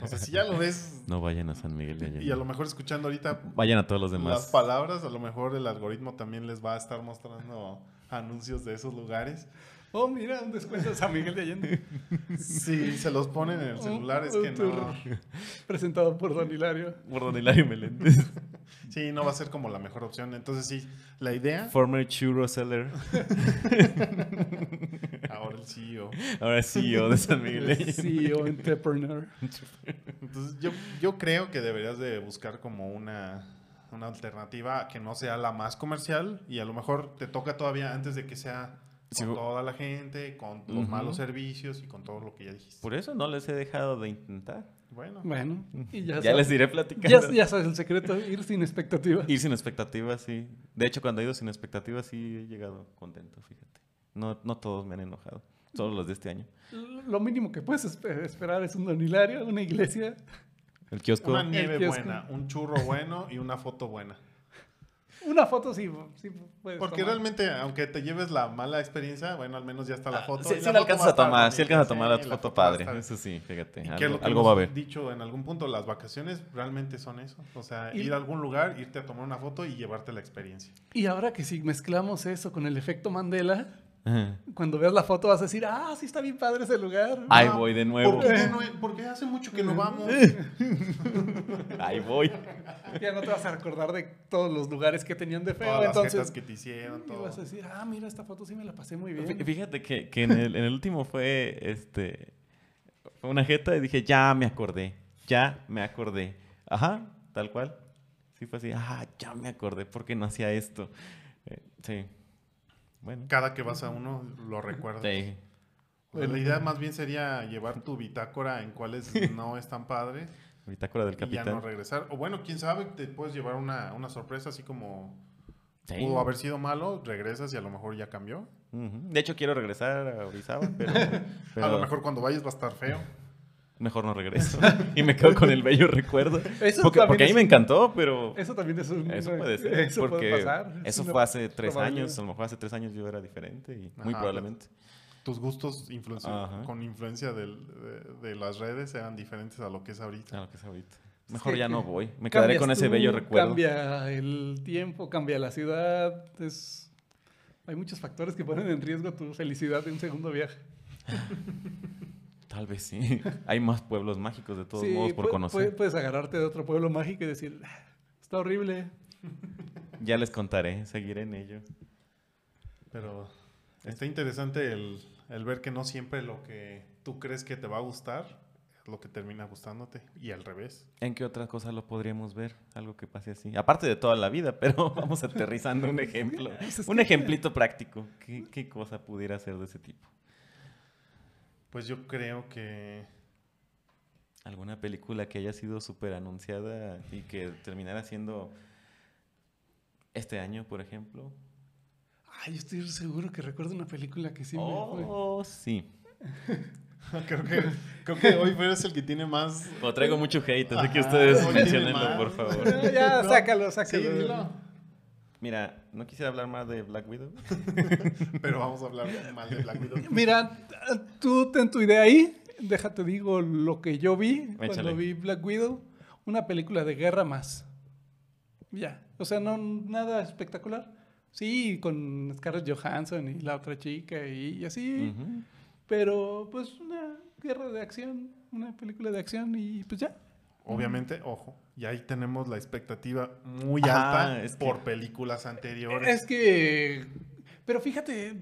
Speaker 1: O sea, si ya lo ves
Speaker 2: No vayan a San Miguel de
Speaker 1: y a lo
Speaker 2: Allende.
Speaker 1: mejor escuchando ahorita
Speaker 2: Vayan a todos los
Speaker 1: las
Speaker 2: demás.
Speaker 1: palabras, a lo mejor el algoritmo también les va a estar mostrando anuncios de esos lugares.
Speaker 3: Oh, mira, un descuento de San Miguel de Allende.
Speaker 1: Si se los ponen en el celular es que
Speaker 3: Un
Speaker 1: no.
Speaker 3: tour Presentado por Don Hilario.
Speaker 2: Gordon Hilario Meléndez.
Speaker 1: Sí, no va a ser como la mejor opción. Entonces sí, la idea,
Speaker 2: Former churro seller.
Speaker 1: ahora el E CEO.
Speaker 2: Ahora CEO de San Miguel de Allende.
Speaker 3: CEO, E entrepreneur.
Speaker 1: Entonces, yo, yo creo que deberías de buscar como una, una alternativa que no sea la más comercial y a lo mejor te toca todavía antes de que sea
Speaker 2: Sí,
Speaker 1: con
Speaker 2: bu-
Speaker 1: toda la gente, con los
Speaker 2: Ujú.
Speaker 1: malos servicios y con todo lo que ya dijiste.
Speaker 2: Por eso no les he dejado de intentar.
Speaker 1: Bueno,
Speaker 3: Bueno, y ya,
Speaker 2: ya
Speaker 3: sabes-
Speaker 2: les iré platicando.
Speaker 3: ya, ya sabes el secreto, ir sin expectativas.
Speaker 2: Ir sin expectativas, sí. De hecho, cuando he ido sin expectativas, sí he llegado contento, fíjate. No, no todos me han enojado, solo los de este año.
Speaker 3: Lo mínimo que puedes espe- esperar es un don Hilario, una iglesia.
Speaker 2: El kiosco.
Speaker 1: una
Speaker 3: El
Speaker 1: nieve
Speaker 3: kiosco.
Speaker 1: buena, un churro bueno y una foto buena.
Speaker 3: Una foto sí, sí puedes
Speaker 1: Porque
Speaker 3: tomar.
Speaker 1: realmente, aunque te lleves la mala experiencia, bueno, al menos ya está la
Speaker 2: Ah,
Speaker 1: foto.
Speaker 2: sí,
Speaker 1: y
Speaker 2: sí
Speaker 1: la
Speaker 2: la
Speaker 1: foto
Speaker 2: alcanzas
Speaker 1: va
Speaker 2: a
Speaker 1: estar
Speaker 2: tomar, sí
Speaker 1: bonita,
Speaker 2: alcanzas a tomar la
Speaker 1: sí,
Speaker 2: foto
Speaker 1: va a
Speaker 2: padre.
Speaker 1: estar-
Speaker 2: Eso sí, fíjate.
Speaker 1: Y que es lo
Speaker 2: Algo,
Speaker 1: que
Speaker 2: algo
Speaker 1: hemos
Speaker 2: va a haber.
Speaker 1: dicho en algún punto, las vacaciones realmente son eso. O sea,
Speaker 3: Y-
Speaker 1: ir a algún lugar, irte a tomar una foto y llevarte la experiencia.
Speaker 3: Y ahora que si mezclamos eso con el efecto Mandela, cuando veas la foto vas a decir, ah, sí está bien padre ese lugar.
Speaker 2: Ahí
Speaker 1: No,
Speaker 2: voy de nuevo.
Speaker 1: ¿Por qué, no he- por qué hace mucho que no vamos?
Speaker 2: Ahí voy.
Speaker 3: Ya no te vas a recordar de todos los lugares que tenían de feo.
Speaker 1: Todas las jetas
Speaker 3: entonces,
Speaker 1: que te hicieron,
Speaker 3: y
Speaker 1: todo.
Speaker 3: vas a decir, ah, mira, esta foto sí me la pasé muy
Speaker 2: Fí-
Speaker 3: bien.
Speaker 2: Fíjate que, que en, el, en el último fue este fue una jeta y dije, ya me acordé, ya me acordé. Ajá, tal cual. Sí fue así, ah, ya me acordé, porque no hacía esto? Eh, sí. Bueno.
Speaker 1: Cada que vas a uno, lo recuerdas.
Speaker 2: Sí.
Speaker 1: O sea, la idea más bien sería llevar tu bitácora en cuáles no están padres
Speaker 2: Bitácora del
Speaker 1: y ya no
Speaker 2: capitán.
Speaker 1: regresar. O bueno, quién sabe, te puedes llevar una, una sorpresa así como
Speaker 2: Sí.
Speaker 1: pudo haber sido malo, regresas y a lo mejor ya cambió.
Speaker 2: Ujú. De hecho, quiero regresar a Orizaba, pero, pero
Speaker 1: A lo
Speaker 2: mejor...
Speaker 1: mejor cuando vayas va a estar feo.
Speaker 2: no regreso. y me quedo con el bello recuerdo.
Speaker 3: Eso
Speaker 2: porque
Speaker 3: también
Speaker 2: porque a mí
Speaker 3: es
Speaker 2: me
Speaker 3: un-
Speaker 2: encantó, pero...
Speaker 3: Eso también es un...
Speaker 2: Eso puede ser.
Speaker 3: Eso
Speaker 2: porque
Speaker 3: puede pasar.
Speaker 2: Eso
Speaker 3: Es una
Speaker 2: fue hace tres
Speaker 3: probabilidad.
Speaker 2: años. A lo mejor hace tres años yo era diferente y muy
Speaker 1: Ajá.
Speaker 2: probablemente.
Speaker 1: Tus gustos influenci-
Speaker 2: Ajá.
Speaker 1: con influencia del- de, de las redes eran diferentes a lo que es ahorita.
Speaker 2: A lo que es ahorita. Mejor
Speaker 3: que-
Speaker 2: ya no voy. Me quedaré con
Speaker 3: Cambias
Speaker 2: ese
Speaker 3: tú,
Speaker 2: bello recuerdo.
Speaker 3: Cambia el tiempo, cambia la ciudad. Es... Hay muchos factores que ponen en riesgo tu felicidad de un segundo viaje.
Speaker 2: Tal vez sí. Hay más pueblos mágicos de todos
Speaker 3: Sí,
Speaker 2: modos por
Speaker 3: pu-
Speaker 2: conocer.
Speaker 3: pu- Puedes agarrarte de otro pueblo mágico y decir, "Ah, está horrible.
Speaker 2: Ya les contaré. Seguiré en ello.
Speaker 1: Pero está interesante el, el ver que no siempre lo que tú crees que te va a gustar es lo que termina gustándote. Y al revés.
Speaker 2: ¿En qué otra cosa lo podríamos ver? Algo que pase así. Aparte de toda la vida, pero vamos aterrizando un ejemplo.
Speaker 3: Pues es
Speaker 2: Un
Speaker 3: que-
Speaker 2: ejemplito práctico. ¿Qué, qué cosa pudiera ser de ese tipo?
Speaker 1: Pues yo creo que
Speaker 2: ¿Alguna película que haya sido súper anunciada y que terminara siendo este año, por ejemplo?
Speaker 3: Ay, yo estoy seguro que recuerdo una película que sí me fue.
Speaker 2: oh, sí.
Speaker 1: creo que creo que hoy Fer es el que tiene más
Speaker 2: O traigo mucho hate, así que
Speaker 1: Ajá,
Speaker 2: ustedes
Speaker 3: Ah,
Speaker 1: oye,
Speaker 2: mencionenlo,
Speaker 1: más.
Speaker 2: por favor.
Speaker 3: ya,
Speaker 1: No,
Speaker 3: sácalo,
Speaker 1: sí,
Speaker 3: sácalo.
Speaker 1: dilo.
Speaker 2: Mira, no quisiera hablar más de Black Widow.
Speaker 1: Pero vamos a hablar mal de Black Widow.
Speaker 3: Mira, tú ten tu idea ahí. Déjate digo lo que yo vi
Speaker 2: Échale.
Speaker 3: cuando vi Black Widow. Una película de guerra más. Ya. O sea, no nada espectacular. Sí, con Scarlett Johansson y la otra chica y, y así.
Speaker 2: Ujú.
Speaker 3: Pero pues una guerra de acción. Una película de acción y pues ya.
Speaker 1: Obviamente, ojo, y ahí tenemos la expectativa muy
Speaker 2: Ajá,
Speaker 1: alta
Speaker 2: es que-
Speaker 1: por películas anteriores.
Speaker 3: Es que. Pero fíjate.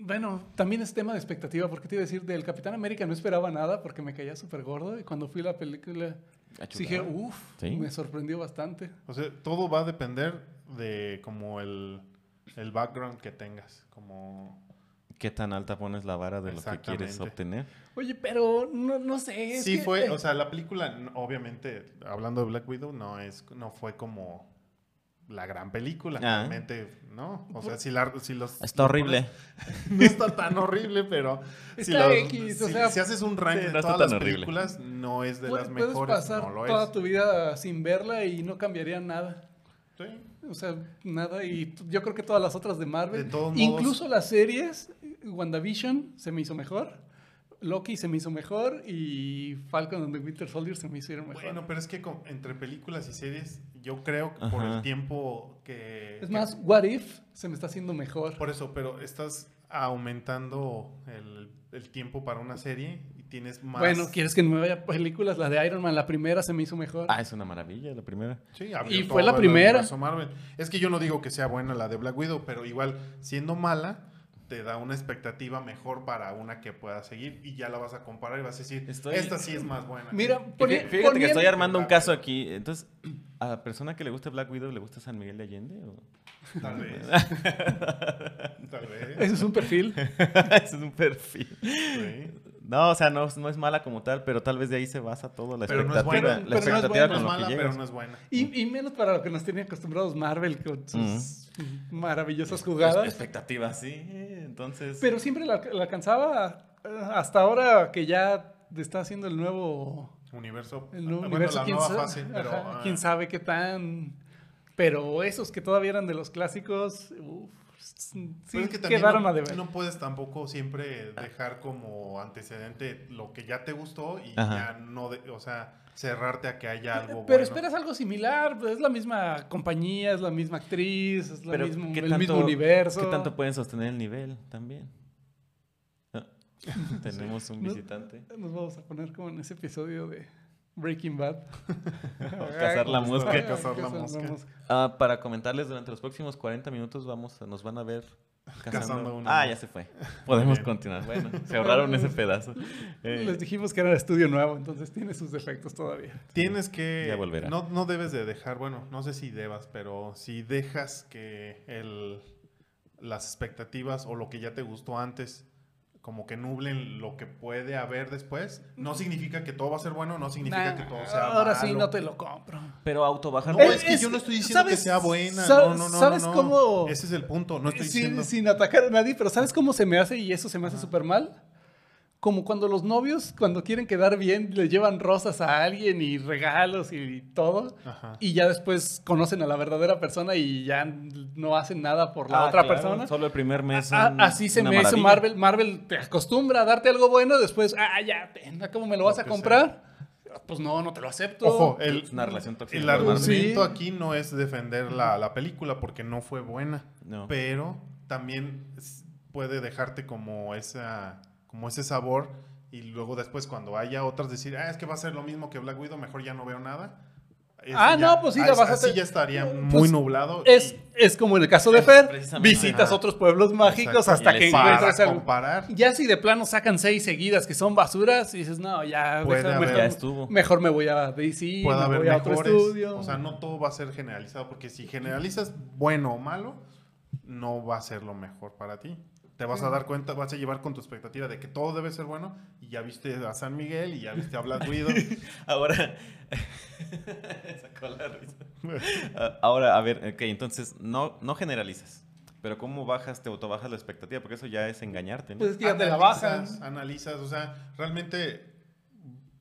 Speaker 3: Bueno, también es tema de expectativa, porque te iba a decir, del Capitán América no esperaba nada porque me caía súper gordo y cuando fui a la película
Speaker 2: Ah,
Speaker 3: sí dije, uh.
Speaker 2: chulada.
Speaker 3: uff,
Speaker 2: Sí.
Speaker 3: me sorprendió bastante.
Speaker 1: O sea, todo va a depender de como el, el background que tengas. Como
Speaker 2: ¿Qué tan alta pones la vara de lo que quieres
Speaker 1: Exactamente.
Speaker 2: obtener?
Speaker 3: Oye, pero no, no sé. es
Speaker 1: sí
Speaker 3: que- eh,
Speaker 1: fue, o sea, la película, n- obviamente, hablando de Black Widow, no es, no fue como la gran película.
Speaker 2: Ah.
Speaker 1: Realmente, ¿no? O sea, si, la, si los
Speaker 2: Está horrible.
Speaker 1: no está tan horrible, pero si,
Speaker 3: Está
Speaker 1: lo-
Speaker 3: X, o
Speaker 1: si-
Speaker 3: sea,
Speaker 1: si haces un ranking
Speaker 2: sí, no
Speaker 1: de
Speaker 2: está
Speaker 1: todas
Speaker 2: tan
Speaker 1: las
Speaker 2: horrible.
Speaker 1: películas, no es de
Speaker 3: Pu-
Speaker 1: las
Speaker 3: puedes
Speaker 1: mejores,
Speaker 3: pasar
Speaker 1: no lo
Speaker 3: toda
Speaker 1: es.
Speaker 3: tu vida sin verla y no cambiaría nada.
Speaker 1: Sí.
Speaker 3: O sea, nada. Y t- yo creo que todas las otras de Marvel.
Speaker 1: De todos
Speaker 3: incluso las series. WandaVision se me hizo mejor. Loki se me hizo mejor. Y Falcon and the Winter Soldier se me hicieron mejor.
Speaker 1: Bueno, pero es que con- entre películas y series, yo creo que por
Speaker 2: Ajá.
Speaker 1: el tiempo que...
Speaker 3: es
Speaker 1: que-
Speaker 3: más, What If se me está haciendo mejor.
Speaker 1: Por eso, pero estás aumentando el, el tiempo para una serie y tienes más...
Speaker 3: Bueno, ¿quieres que me vaya a películas? La de Iron Man, la primera se me hizo mejor.
Speaker 2: Ah, es una maravilla la primera.
Speaker 1: Sí, abrió
Speaker 3: Y
Speaker 1: todo
Speaker 3: fue la
Speaker 1: el
Speaker 3: primera.
Speaker 1: universo Marvel. Es que yo no digo que sea buena la de Black Widow, pero igual, siendo mala, te da una expectativa mejor para una que pueda seguir y ya la vas a comparar y vas a decir,
Speaker 2: Estoy-
Speaker 1: esta sí es más buena.
Speaker 3: Mira, pues
Speaker 2: Fí-
Speaker 3: poni-
Speaker 2: Fíjate que
Speaker 3: poniendo-
Speaker 2: estoy armando un caso aquí. Entonces, ¿a la persona que le gusta Black Widow le gusta San Miguel de Allende? o?
Speaker 1: Tal vez. Tal vez.
Speaker 3: Ese es un perfil.
Speaker 2: Ese es un perfil.
Speaker 1: sí.
Speaker 2: No, o sea, no, no es mala como tal, pero tal vez de ahí se basa todo la
Speaker 1: Pero no es
Speaker 2: expectativa.
Speaker 1: buena.
Speaker 2: La
Speaker 3: Pero no es
Speaker 2: expectativa
Speaker 3: buena,
Speaker 1: No es
Speaker 2: con lo
Speaker 1: mala,
Speaker 2: que
Speaker 1: pero
Speaker 2: llegas.
Speaker 1: no es buena.
Speaker 3: Y, y menos para lo que nos tiene acostumbrados Marvel con sus
Speaker 1: Mm.
Speaker 3: maravillosas jugadas.
Speaker 2: Expectativa, sí. Entonces.
Speaker 3: Pero siempre la, la alcanzaba eh, hasta ahora que ya está haciendo el nuevo,
Speaker 1: Universo. ah,
Speaker 3: el nuevo
Speaker 1: bueno,
Speaker 3: universo.
Speaker 1: la
Speaker 3: ¿quién,
Speaker 1: nueva
Speaker 3: sa-
Speaker 1: fase, pero.
Speaker 3: ajá,
Speaker 1: ah,
Speaker 3: quién sabe qué tan. Pero esos que todavía eran de los clásicos, uf, sí
Speaker 1: pero Pues es que también
Speaker 3: quedaron
Speaker 1: no,
Speaker 3: a deber.
Speaker 1: no puedes tampoco siempre dejar como antecedente lo que ya te gustó y
Speaker 2: Ajá.
Speaker 1: ya no, de- o sea, cerrarte a que haya algo
Speaker 3: Eh, pero
Speaker 1: bueno.
Speaker 3: esperas algo similar, pues, es la misma compañía, es la misma actriz, es la
Speaker 2: pero
Speaker 3: mismo-
Speaker 2: ¿qué
Speaker 3: el
Speaker 2: tanto-
Speaker 3: mismo universo.
Speaker 2: ¿Qué tanto pueden sostener el nivel también? Ah, Tenemos un
Speaker 3: No.
Speaker 2: visitante.
Speaker 3: Nos vamos a poner como en ese episodio de Breaking Bad.
Speaker 2: Cazar la mosca.
Speaker 3: Ay,
Speaker 1: Cazar la mosca.
Speaker 2: Ah, para comentarles, durante los próximos 40 minutos vamos, a- nos van a ver cazando.
Speaker 1: Cazando uno.
Speaker 2: Ah, ya se fue. Podemos
Speaker 1: Bien.
Speaker 2: continuar. Bueno, se ahorraron ese pedazo. Eh,
Speaker 3: Les dijimos que era estudio nuevo, entonces tiene sus defectos todavía.
Speaker 1: Tienes que.
Speaker 2: Ya volverá.
Speaker 1: No, no debes de dejar, bueno, no sé si debas, pero si dejas que el, las expectativas o lo que ya te gustó antes como que nublen lo que puede haber después, no significa que todo va a ser bueno, no significa
Speaker 3: Nah,
Speaker 1: que todo sea
Speaker 3: Ah, ahora sí
Speaker 1: malo.
Speaker 3: no te lo compro.
Speaker 2: pero autobajar.
Speaker 1: No,
Speaker 3: Eh,
Speaker 1: es que
Speaker 3: es-
Speaker 1: yo no estoy diciendo que
Speaker 3: ¿sabes-
Speaker 1: sea buena.
Speaker 3: sa-
Speaker 1: no, no, no,
Speaker 3: sabes
Speaker 1: no, no.
Speaker 3: cómo-
Speaker 1: Ese es el punto. No estoy
Speaker 3: sin,
Speaker 1: diciendo.
Speaker 3: sin atacar a nadie, pero ¿sabes cómo se me hace? Y eso se me hace súper mal. Como cuando los novios, cuando quieren quedar bien, le llevan rosas a alguien y regalos y todo.
Speaker 1: Ajá.
Speaker 3: Y ya después conocen a la verdadera persona y ya no hacen nada por la
Speaker 2: Ah,
Speaker 3: otra
Speaker 2: claro,
Speaker 3: persona.
Speaker 2: Solo el primer mes.
Speaker 3: Ah,
Speaker 2: son
Speaker 3: así se
Speaker 2: una
Speaker 3: me hizo
Speaker 2: maravilla.
Speaker 3: Marvel. Marvel te acostumbra a darte algo bueno, después, ah, ya, ten, ¿cómo me lo vas
Speaker 1: Lo
Speaker 3: a
Speaker 1: que
Speaker 3: comprar? Ah, Pues no, no te lo acepto.
Speaker 1: Ojo, eh, el,
Speaker 2: Es una relación tóxica.
Speaker 1: el
Speaker 2: con Marvel.
Speaker 3: Sí.
Speaker 1: argumento aquí no es defender la, la película porque no fue buena,
Speaker 2: No.
Speaker 1: pero también es- puede dejarte como, esa, como ese sabor y luego después cuando haya otras decir, ah, es que va a ser lo mismo que Black Widow, mejor ya no veo nada. Ese ya-
Speaker 3: Ah, no, pues sí, la
Speaker 1: as-
Speaker 3: vas a
Speaker 1: así
Speaker 3: te-
Speaker 1: ya estaría muy
Speaker 3: pues,
Speaker 1: nublado.
Speaker 3: Es,
Speaker 1: y
Speaker 3: es como en el caso de
Speaker 2: Es
Speaker 3: Fer,
Speaker 2: precisamente,
Speaker 3: visitas
Speaker 1: ajá.
Speaker 3: otros pueblos mágicos
Speaker 1: Exacto,
Speaker 3: hasta
Speaker 2: y
Speaker 3: que
Speaker 2: les
Speaker 1: para
Speaker 3: encuentres algo.
Speaker 1: comparar.
Speaker 3: Ya si de plano sacan seis seguidas que son basuras, y dices, no, ya,
Speaker 1: Puede
Speaker 3: déjame,
Speaker 1: haber-
Speaker 3: mejor,
Speaker 2: Ya estuvo.
Speaker 3: mejor me voy a DC,
Speaker 1: pueda
Speaker 3: me
Speaker 1: haber
Speaker 3: voy a otro
Speaker 1: mejores.
Speaker 3: estudio.
Speaker 1: O sea, no todo va a ser generalizado, porque si generalizas bueno o malo, no va a ser lo mejor para ti. Te vas
Speaker 3: Mm.
Speaker 1: a dar cuenta, vas a llevar con tu expectativa de que todo debe ser bueno y ya viste a San Miguel y ya viste a Black Widow.
Speaker 2: Ahora. Sacó la risa. Ah, Ahora, a ver, ok, entonces no, no generalizas. Pero ¿cómo bajas, te autobajas la expectativa? Porque eso ya es engañarte, ¿no?
Speaker 3: Pues es que ya te la bajan.
Speaker 1: analizas, analizas, o sea, realmente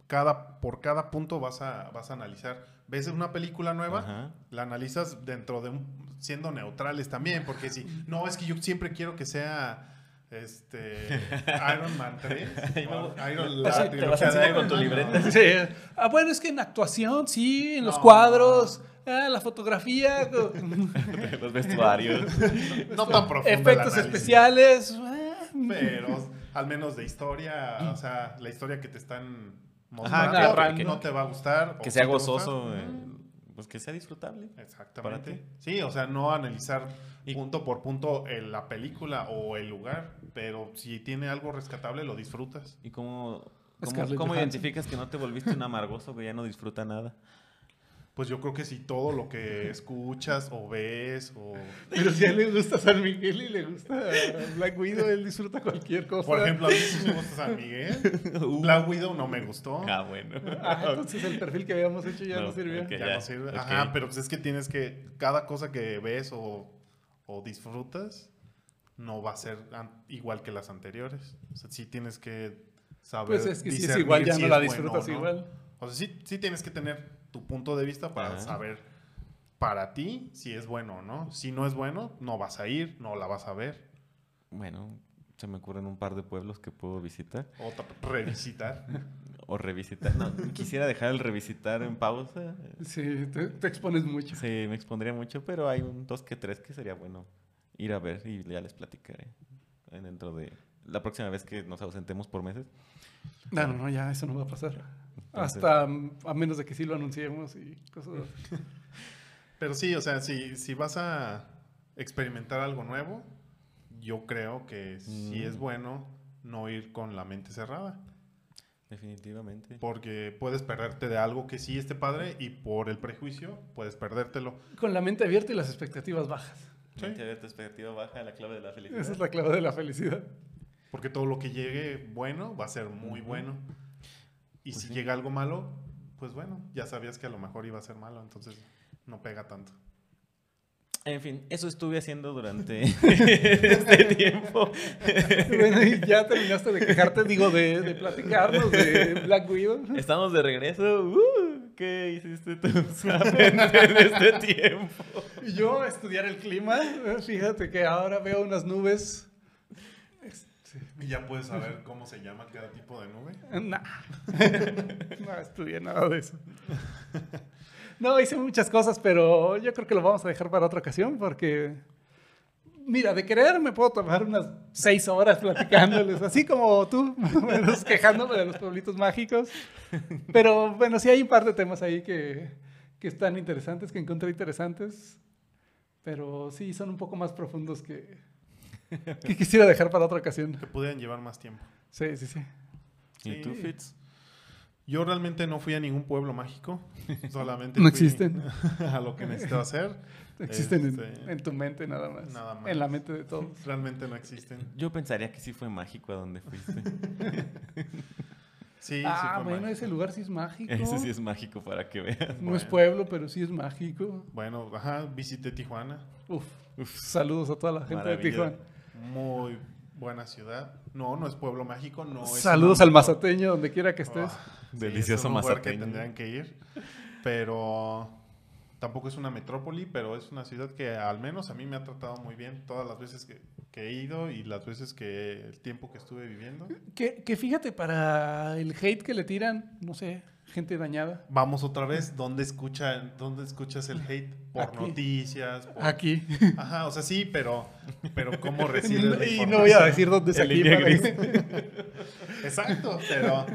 Speaker 1: cada, por cada punto vas a, vas a analizar. Ves una película nueva,
Speaker 2: Ajá.
Speaker 1: la analizas dentro de un, siendo neutrales también, porque si, no, es que yo siempre quiero que sea este Iron Man 3,
Speaker 2: Ahí me
Speaker 1: o
Speaker 2: voy-
Speaker 1: Iron
Speaker 2: te vas
Speaker 1: trilogía de
Speaker 2: haciendo
Speaker 1: Iron
Speaker 2: con tu
Speaker 1: Man,
Speaker 2: libreta.
Speaker 1: ¿no?
Speaker 3: Sí. Ah, bueno, es que en actuación, sí, en los
Speaker 1: No.
Speaker 3: cuadros, ah, la fotografía, co-
Speaker 2: Los vestuarios.
Speaker 1: No, tan profundo el
Speaker 3: efectos
Speaker 1: análisis,
Speaker 3: especiales. ah,
Speaker 1: pero al menos de historia, o sea, la historia que te están
Speaker 2: Mm. Ajá,
Speaker 1: mostrando
Speaker 3: claro,
Speaker 2: que-
Speaker 1: no te va a gustar o
Speaker 2: que
Speaker 1: sí
Speaker 2: sea
Speaker 1: te va a gustar.
Speaker 2: gozoso. eh,
Speaker 1: Ujú.
Speaker 2: pues que sea disfrutable.
Speaker 1: Exactamente.
Speaker 2: ti.
Speaker 1: Sí, o sea, no analizar
Speaker 2: Y-
Speaker 1: punto por punto el- la película o el lugar, pero si tiene algo rescatable lo disfrutas.
Speaker 2: ¿Y cómo, cómo,
Speaker 3: Scarlett
Speaker 2: cómo
Speaker 3: Johansson.
Speaker 2: identificas que no te volviste un amargoso que ya no disfruta nada?
Speaker 1: Pues yo creo que si todo lo que escuchas o ves o
Speaker 3: Pero si a él le gusta San Miguel y le gusta Black Widow, él disfruta cualquier cosa.
Speaker 1: por ejemplo a mí sí me gusta San Miguel,
Speaker 2: Uh,
Speaker 1: Black Widow no me gustó.
Speaker 2: Ah, bueno.
Speaker 3: Ah, entonces el perfil que habíamos hecho ya no,
Speaker 2: No,
Speaker 3: sirvió.
Speaker 2: ok.
Speaker 1: Ya
Speaker 2: Ya,
Speaker 1: no sirve.
Speaker 2: ok.
Speaker 1: Ajá, pero pues es que tienes que cada cosa que ves o, o disfrutas no va a ser an- igual que las anteriores. O sea, sí tienes que saber
Speaker 3: Pues es que si es
Speaker 1: discernir
Speaker 3: igual, ya no
Speaker 1: es
Speaker 3: la
Speaker 1: bueno o
Speaker 3: disfrutas
Speaker 1: no.
Speaker 3: igual.
Speaker 1: O sea, sí, sí tienes que tener tu punto de vista para
Speaker 2: Ajá.
Speaker 1: saber para ti si es bueno o no. Si no es bueno, no vas a ir, no la vas a ver
Speaker 2: Bueno, se me ocurren un par de pueblos que puedo visitar.
Speaker 1: o ta- revisitar.
Speaker 2: O revisitar. No, quisiera dejar el revisitar en pausa.
Speaker 3: Sí, te, te expones mucho.
Speaker 2: Sí, me expondría mucho, pero hay un dos que tres que sería bueno ir a ver y ya les platicaré eh, dentro de la próxima vez que nos ausentemos por meses.
Speaker 3: No, no, no, ya eso no va a pasar.
Speaker 2: Entonces-
Speaker 3: Hasta mm, a menos de que sí lo anunciemos y cosas así.
Speaker 1: Pero sí, o sea, si, si vas a experimentar algo nuevo, yo creo que sí
Speaker 2: Mm.
Speaker 1: es bueno no ir con la mente cerrada,
Speaker 2: Definitivamente.
Speaker 1: porque puedes perderte de algo que sí esté padre y por el prejuicio puedes perdértelo.
Speaker 3: Con la mente abierta y las expectativas bajas.
Speaker 1: Sí.
Speaker 2: Mente abierta, expectativa baja, la clave de la felicidad.
Speaker 3: Esa es la clave de la felicidad.
Speaker 1: Porque todo lo que llegue bueno va a ser muy
Speaker 2: Ujú.
Speaker 1: bueno. Y
Speaker 2: Pues
Speaker 1: si
Speaker 2: sí.
Speaker 1: llega algo malo, pues bueno, ya sabías que a lo mejor iba a ser malo, entonces no pega tanto.
Speaker 2: En fin, eso estuve haciendo durante este tiempo.
Speaker 3: Bueno, y ya terminaste de quejarte, digo, de, de platicarnos de Black Widow.
Speaker 2: Estamos de regreso. ¡Uh! ¿Qué hiciste tú solamente en este tiempo?
Speaker 3: Y Yo a estudiar el clima, fíjate que ahora veo unas nubes.
Speaker 1: Y ya puedes saber cómo se llama cada tipo de nube.
Speaker 3: Nah. No estudié nada de eso. No, hice muchas cosas, pero yo creo que lo vamos a dejar para otra ocasión porque, mira, de querer me puedo tomar unas seis horas platicándoles, así como tú, más o menos quejándome de los pueblitos mágicos. Pero bueno, sí hay un par de temas ahí que, que están interesantes, que encontré interesantes, pero sí son un poco más profundos que, que quisiera dejar para otra ocasión.
Speaker 1: Que pudieran llevar más tiempo.
Speaker 3: Sí, sí, sí.
Speaker 2: ¿Y tú,
Speaker 1: Sí.
Speaker 2: Fitz?
Speaker 1: Yo realmente no fui a ningún pueblo mágico, solamente fui
Speaker 3: No existen.
Speaker 1: a lo que necesitaba hacer.
Speaker 3: Existen en- en,
Speaker 1: Este,
Speaker 3: tu mente nada más,
Speaker 1: nada más.
Speaker 3: En la mente de todos.
Speaker 1: Realmente no existen.
Speaker 2: Yo pensaría que sí fue mágico a donde fuiste.
Speaker 1: Sí,
Speaker 3: ah,
Speaker 1: sí fue
Speaker 3: bueno,
Speaker 1: mágico.
Speaker 3: ese lugar sí es mágico.
Speaker 2: Ese sí es mágico para que veas.
Speaker 3: No
Speaker 1: bueno.
Speaker 3: es pueblo, pero sí es mágico.
Speaker 1: Bueno, ajá, visité Tijuana.
Speaker 3: Uf. Saludos a toda la gente de
Speaker 2: Maravilla.
Speaker 3: Tijuana.
Speaker 1: Muy buena ciudad. No, no es pueblo mágico, no es
Speaker 3: Saludos
Speaker 1: una-
Speaker 3: al Este mazateño, donde quiera que estés.
Speaker 1: Ah, sí,
Speaker 2: Delicioso
Speaker 1: es un lugar que
Speaker 2: mazateño.
Speaker 1: tendrían que ir. Pero tampoco es una metrópoli, pero es una ciudad que al menos a mí me ha tratado muy bien todas las veces que, que he ido y las veces que el tiempo que estuve viviendo.
Speaker 3: Que, que fíjate, para el hate que le tiran, no sé, gente dañada.
Speaker 1: Vamos otra vez, ¿dónde, escuchan, dónde escuchas el hate? Por
Speaker 3: Aquí.
Speaker 1: noticias, por-
Speaker 3: Aquí.
Speaker 1: Ajá, o sea, sí, pero, pero ¿cómo recibes la
Speaker 3: y no
Speaker 1: información?
Speaker 3: voy a decir dónde es
Speaker 2: En
Speaker 3: aquí.
Speaker 2: línea
Speaker 3: para-
Speaker 2: gris.
Speaker 1: Exacto, pero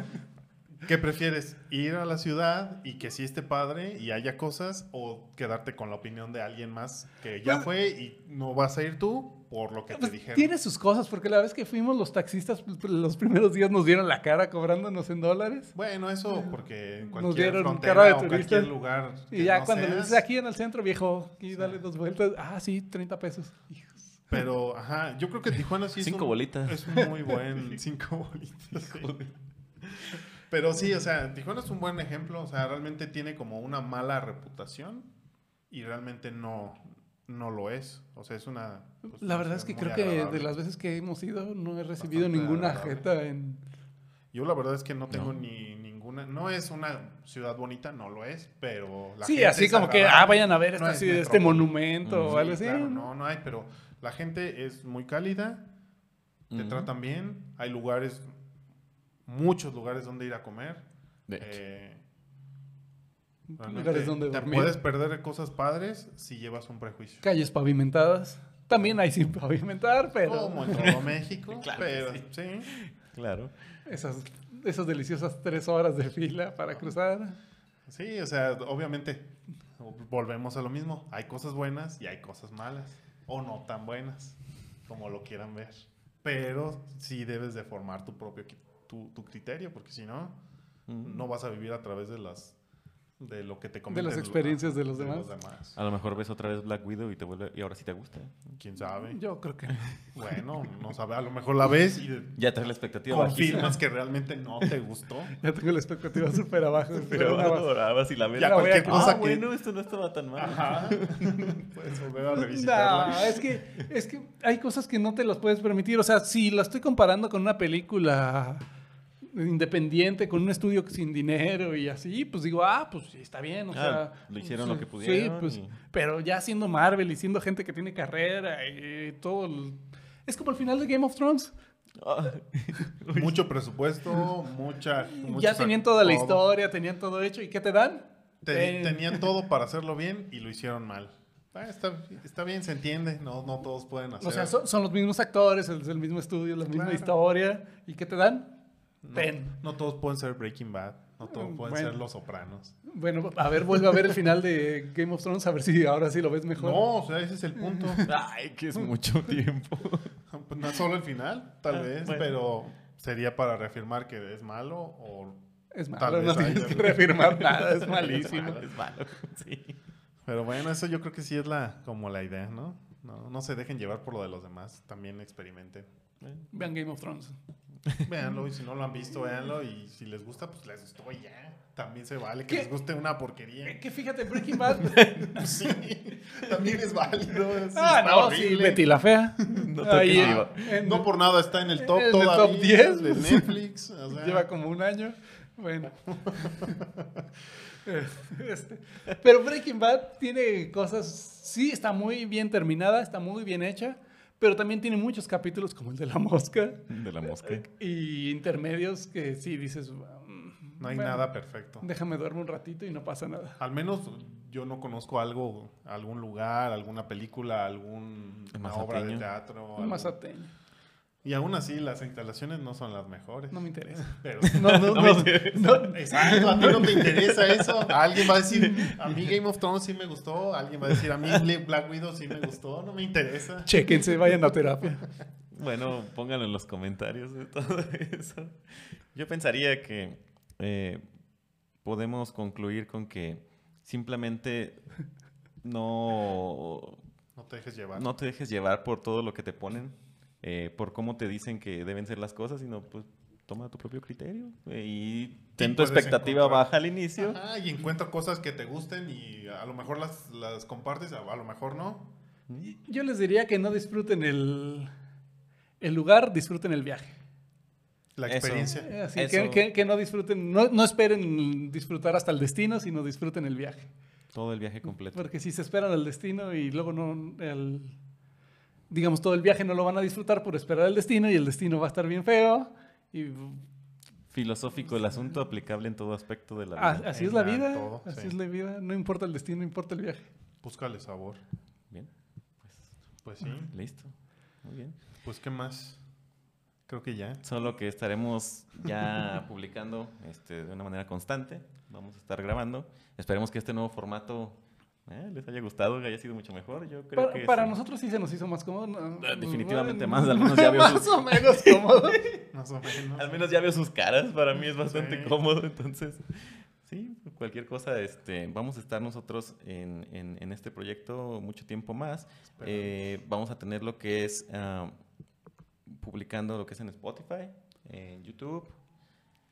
Speaker 1: ¿qué prefieres? ¿Ir a la ciudad y que sí esté padre y haya cosas o quedarte con la opinión de alguien más que ya
Speaker 3: Pues-
Speaker 1: fue y no vas a ir tú por lo que te
Speaker 3: Pues,
Speaker 1: dijeron?
Speaker 3: tiene sus cosas, porque la vez que fuimos los taxistas, los primeros días nos dieron la cara cobrándonos en dólares.
Speaker 1: Bueno, eso porque en
Speaker 3: Nos
Speaker 1: cualquier
Speaker 3: dieron
Speaker 1: frontera
Speaker 3: cara de
Speaker 1: o
Speaker 3: turista.
Speaker 1: cualquier lugar
Speaker 3: Y
Speaker 1: que
Speaker 3: ya
Speaker 1: no
Speaker 3: cuando le
Speaker 1: seas,
Speaker 3: dices aquí en el centro, viejo, y dale dos vueltas. Ah, sí, 30 pesos. Hijos.
Speaker 1: Pero, ajá, yo creo que Tijuana sí es
Speaker 2: Cinco
Speaker 1: un-
Speaker 2: bolitas.
Speaker 1: Es un muy buen cinco bolitas. sí. Pero sí, o sea, Tijuana es un buen ejemplo. O sea, realmente tiene como una mala reputación y realmente no, no lo es. O sea, es una. pues,
Speaker 3: La verdad es que
Speaker 1: muy
Speaker 3: creo que de
Speaker 1: agradable.
Speaker 3: las veces que hemos ido no he recibido
Speaker 1: Bastante
Speaker 3: ninguna
Speaker 1: agradable.
Speaker 3: jeta en...
Speaker 1: Yo la verdad es que no tengo
Speaker 2: No.
Speaker 1: ni ninguna. No es una ciudad bonita, no lo es, pero. La
Speaker 3: sí,
Speaker 1: gente
Speaker 3: así
Speaker 1: es
Speaker 3: como que,
Speaker 1: agradable.
Speaker 3: ah, vayan a ver esta
Speaker 1: No es
Speaker 3: ciudad, este
Speaker 1: metrópoli.
Speaker 3: monumento
Speaker 2: Mm,
Speaker 1: Sí,
Speaker 3: o algo así.
Speaker 1: claro, no, no hay, pero la gente es muy cálida, te
Speaker 2: Ujú.
Speaker 1: tratan bien, hay lugares, muchos lugares donde ir a comer.
Speaker 2: De hecho.
Speaker 1: Eh,
Speaker 3: Lugares
Speaker 1: realmente
Speaker 3: donde
Speaker 1: te
Speaker 3: dormir.
Speaker 1: puedes perder cosas padres si llevas un prejuicio.
Speaker 3: Calles pavimentadas. También hay sin pavimentar, pero
Speaker 1: Como en todo México,
Speaker 2: Claro que
Speaker 1: pero
Speaker 2: sí.
Speaker 1: sí.
Speaker 2: Claro.
Speaker 1: Eh,
Speaker 3: esas, esas deliciosas tres horas de fila
Speaker 1: Ah.
Speaker 3: para cruzar.
Speaker 1: Sí, o sea, obviamente volvemos a lo mismo. Hay cosas buenas y hay cosas malas. O no tan buenas, como lo quieran ver. Pero sí debes de formar tu propio qui- tu, tu criterio, porque si no, no vas a vivir a través de las de lo que te comentan
Speaker 3: las
Speaker 1: lo-
Speaker 3: experiencias de los
Speaker 1: demás.
Speaker 2: A lo mejor ves otra vez Black Widow y te vuelve y ahora sí te gusta.
Speaker 1: ¿Quién sabe?
Speaker 3: Yo creo que...
Speaker 1: Bueno, no sabe. A lo mejor la ves y de-
Speaker 2: Ya traes la expectativa bajísima.
Speaker 1: confirmas que realmente no te gustó.
Speaker 3: Ya tengo la expectativa súper abajo.
Speaker 2: Pero
Speaker 3: pero nada más.
Speaker 2: ahora vas y la ves.
Speaker 1: Ya
Speaker 3: la voy a-
Speaker 1: cualquier cosa
Speaker 2: ah,
Speaker 1: que...
Speaker 2: bueno, esto no estaba tan mal.
Speaker 1: Ajá. Puedes volver a revisitarla.
Speaker 3: No, es que, es que hay cosas que no te las puedes permitir. O sea, si la estoy comparando con una película independiente, con un estudio sin dinero y así, pues digo, ah, pues sí, está bien. O
Speaker 2: Ah,
Speaker 3: sea,
Speaker 2: lo hicieron
Speaker 3: sí,
Speaker 2: lo que pudieron
Speaker 3: Sí, pues,
Speaker 2: y-
Speaker 3: pero ya siendo Marvel y siendo gente que tiene carrera y todo. el- Es como el final de Game of Thrones.
Speaker 2: Ah.
Speaker 1: Mucho presupuesto, mucha.
Speaker 3: ya
Speaker 1: muchos
Speaker 3: tenían toda la
Speaker 1: todo.
Speaker 3: historia, tenían todo hecho. ¿Y qué te dan?
Speaker 1: Te-
Speaker 3: Eh,
Speaker 1: Tenían todo para hacerlo bien y lo hicieron mal. Ah, está, está bien, se entiende. No, no todos pueden hacer.
Speaker 3: O sea, son, son los mismos actores, es el mismo estudio, la misma
Speaker 1: Claro.
Speaker 3: historia. ¿Y qué te dan?
Speaker 1: no,
Speaker 3: ten.
Speaker 1: no todos pueden ser Breaking Bad. No todos
Speaker 3: Mm,
Speaker 1: pueden
Speaker 3: bueno.
Speaker 1: ser Los Sopranos.
Speaker 3: Bueno, a ver, vuelve a ver el final de Game of Thrones, a ver si ahora sí lo ves mejor.
Speaker 1: No, o sea, ese es el punto.
Speaker 2: Ay, que es mucho tiempo.
Speaker 1: Pues no solo el final, tal
Speaker 2: Ah,
Speaker 1: vez,
Speaker 2: bueno.
Speaker 1: pero sería para reafirmar que es malo o.
Speaker 3: es
Speaker 1: tal
Speaker 3: malo,
Speaker 1: vez
Speaker 3: no
Speaker 1: haya-
Speaker 3: tienes que reafirmar
Speaker 2: Ah,
Speaker 3: nada, es malísimo.
Speaker 2: Es malo. Sí.
Speaker 1: Pero bueno, eso yo creo que sí es la como la idea, ¿no? No, no se dejen llevar por lo de los demás. También experimenten. Eh,
Speaker 3: Vean Game of Thrones.
Speaker 1: Véanlo y si no lo han visto, véanlo. Y si les gusta, pues les gustó y ya. También se vale que
Speaker 3: ¿Qué?
Speaker 1: les guste una porquería.
Speaker 3: Que fíjate, Breaking Bad.
Speaker 1: Sí, también es válido. sí,
Speaker 3: ah,
Speaker 1: está
Speaker 3: no, sí,
Speaker 1: horrible.
Speaker 3: Betty la fea.
Speaker 2: No
Speaker 3: Ahí,
Speaker 2: toques IVA.
Speaker 3: en-
Speaker 1: No por nada está en el top
Speaker 3: En el top
Speaker 1: todavía
Speaker 3: 10,
Speaker 1: de
Speaker 3: pues.
Speaker 1: Netflix. o sea,
Speaker 3: Lleva como un año. Bueno. Este, pero Breaking Bad tiene cosas, sí, está muy bien terminada, está muy bien hecha, pero también tiene muchos capítulos como el de la mosca
Speaker 2: De la mosca.
Speaker 3: y intermedios que sí dices, "Mm,
Speaker 1: no hay
Speaker 3: bueno,
Speaker 1: nada perfecto.
Speaker 3: Déjame duerme un ratito y no pasa nada.
Speaker 1: Al menos yo no conozco algo, algún lugar, alguna película, alguna
Speaker 2: En
Speaker 1: obra de
Speaker 2: Mazateño.
Speaker 1: teatro.
Speaker 3: Un
Speaker 1: algo.
Speaker 3: mazateño,
Speaker 1: Y aún así las instalaciones no son las mejores.
Speaker 3: no me interesa.
Speaker 1: Pero-
Speaker 3: No, no,
Speaker 2: No me
Speaker 3: no,
Speaker 2: interesa.
Speaker 3: no.
Speaker 1: Exacto, a ti no te interesa eso. Alguien va a decir, a mí Game of Thrones sí me gustó. Alguien va a decir, a mí Black Widow sí me gustó. No me interesa.
Speaker 3: Chéquense, vayan a terapia.
Speaker 2: Bueno, pónganlo en los comentarios de todo eso. Yo pensaría que eh, podemos concluir con que simplemente no,
Speaker 1: No te dejes llevar.
Speaker 2: no te dejes llevar por todo lo que te ponen, eh, por cómo te dicen que deben ser las cosas, sino pues toma tu propio criterio eh, y ten tu
Speaker 1: puedes
Speaker 2: expectativa
Speaker 1: encontrar.
Speaker 2: baja al inicio.
Speaker 1: Ajá, y encuentra cosas que te gusten y a lo mejor las, las compartes, a, a lo mejor no.
Speaker 3: Yo les diría que no disfruten el, el lugar, disfruten el viaje.
Speaker 1: La
Speaker 2: Eso.
Speaker 1: experiencia.
Speaker 3: Eh, Así
Speaker 2: Eso.
Speaker 3: que, que- que no disfruten, no, no esperen disfrutar hasta el destino, sino disfruten el viaje.
Speaker 2: Todo el viaje completo.
Speaker 3: Porque si se esperan al destino y luego no, el- digamos, todo el viaje no lo van a disfrutar por esperar el destino y el destino va a estar bien feo. Y
Speaker 2: Filosófico el asunto aplicable en todo aspecto de la
Speaker 3: ah,
Speaker 2: vida.
Speaker 3: así es la
Speaker 1: En
Speaker 3: vida,
Speaker 1: todo,
Speaker 3: así
Speaker 1: sí.
Speaker 3: es la vida. No importa el destino, importa el viaje.
Speaker 1: Búscale sabor.
Speaker 2: Bien, pues
Speaker 1: Pues sí.
Speaker 2: listo. Muy bien.
Speaker 1: Pues qué más. Creo que ya.
Speaker 2: Solo que estaremos ya publicando este, de una manera constante. Vamos a estar grabando. Esperemos que este nuevo formato eh, les haya gustado, que haya sido mucho mejor. Yo creo
Speaker 3: Para,
Speaker 2: que
Speaker 3: para
Speaker 2: sí.
Speaker 3: nosotros sí se nos hizo más cómodo. no-
Speaker 2: Ah, definitivamente más, al menos ya veo
Speaker 3: más
Speaker 2: sus-
Speaker 3: o menos cómodo.
Speaker 1: Más o menos.
Speaker 2: Al menos ya veo sus caras, para mí es bastante
Speaker 1: Sí.
Speaker 2: cómodo, entonces... Sí, cualquier cosa, este, vamos a estar nosotros en, en- en este proyecto mucho tiempo más.
Speaker 1: Espero.
Speaker 2: Eh, vamos a tener lo que es ah, publicando lo que es en Spotify, en YouTube,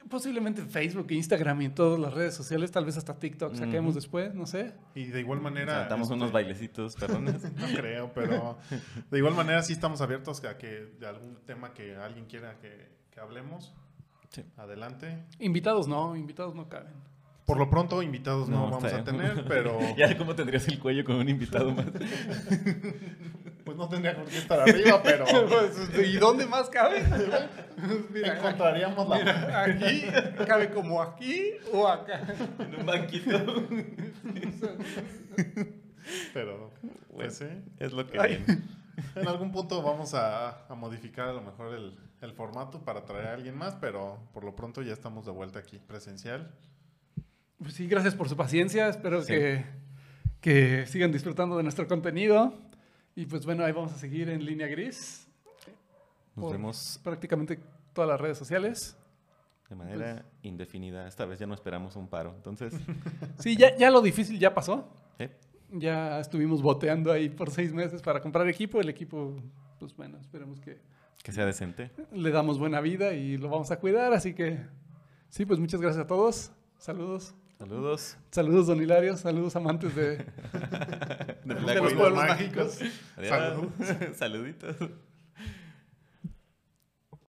Speaker 3: Posiblemente Facebook, Instagram y en todas las redes sociales, tal vez hasta TikTok saquemos
Speaker 2: Ujú.
Speaker 3: después, no sé.
Speaker 1: Y de igual manera.
Speaker 2: Saltamos
Speaker 1: este,
Speaker 2: unos bailecitos, perdón.
Speaker 1: No creo, pero de igual manera sí estamos abiertos a que de algún tema que alguien quiera que, que hablemos.
Speaker 2: Sí.
Speaker 1: Adelante.
Speaker 3: Invitados no, invitados no caben.
Speaker 1: Por lo pronto, invitados pues no,
Speaker 2: No,
Speaker 1: vamos
Speaker 2: está
Speaker 1: a
Speaker 2: bien.
Speaker 1: tener, pero
Speaker 2: ya cómo tendrías el cuello con un invitado más.
Speaker 1: pues no tendría por qué estar arriba, pero
Speaker 3: ¿Y dónde más caben?
Speaker 1: encontraríamos la manera.
Speaker 3: aquí cabe como aquí o acá.
Speaker 2: en un banquito.
Speaker 1: Pero pues sí.
Speaker 2: Es lo que
Speaker 3: Ay.
Speaker 2: hay.
Speaker 1: En algún punto vamos a, a modificar a lo mejor el, el formato para traer a alguien más, pero por lo pronto ya estamos de vuelta aquí presencial.
Speaker 3: Pues sí, gracias por su paciencia. Espero
Speaker 2: Sí.
Speaker 3: que, que sigan disfrutando de nuestro contenido. Y pues bueno, ahí vamos a seguir en línea gris.
Speaker 2: Nos
Speaker 3: por
Speaker 2: vemos
Speaker 3: Prácticamente todas las redes sociales.
Speaker 2: de manera
Speaker 1: pues.
Speaker 2: indefinida. Esta vez ya no esperamos un paro. Entonces,
Speaker 3: Sí, ya, ya lo difícil ya pasó.
Speaker 2: sí,
Speaker 3: Ya estuvimos boteando ahí por seis meses para comprar equipo. El equipo, pues bueno, esperemos que
Speaker 2: que sea decente.
Speaker 3: le damos buena vida y lo vamos a cuidar. Así que sí, pues muchas gracias a todos. Saludos.
Speaker 2: Saludos.
Speaker 3: Saludos, don Hilario. Saludos, amantes de,
Speaker 2: De
Speaker 3: de
Speaker 2: Black
Speaker 3: los
Speaker 2: Widow.
Speaker 3: pueblos mágicos.
Speaker 2: Adiós. Saluditos.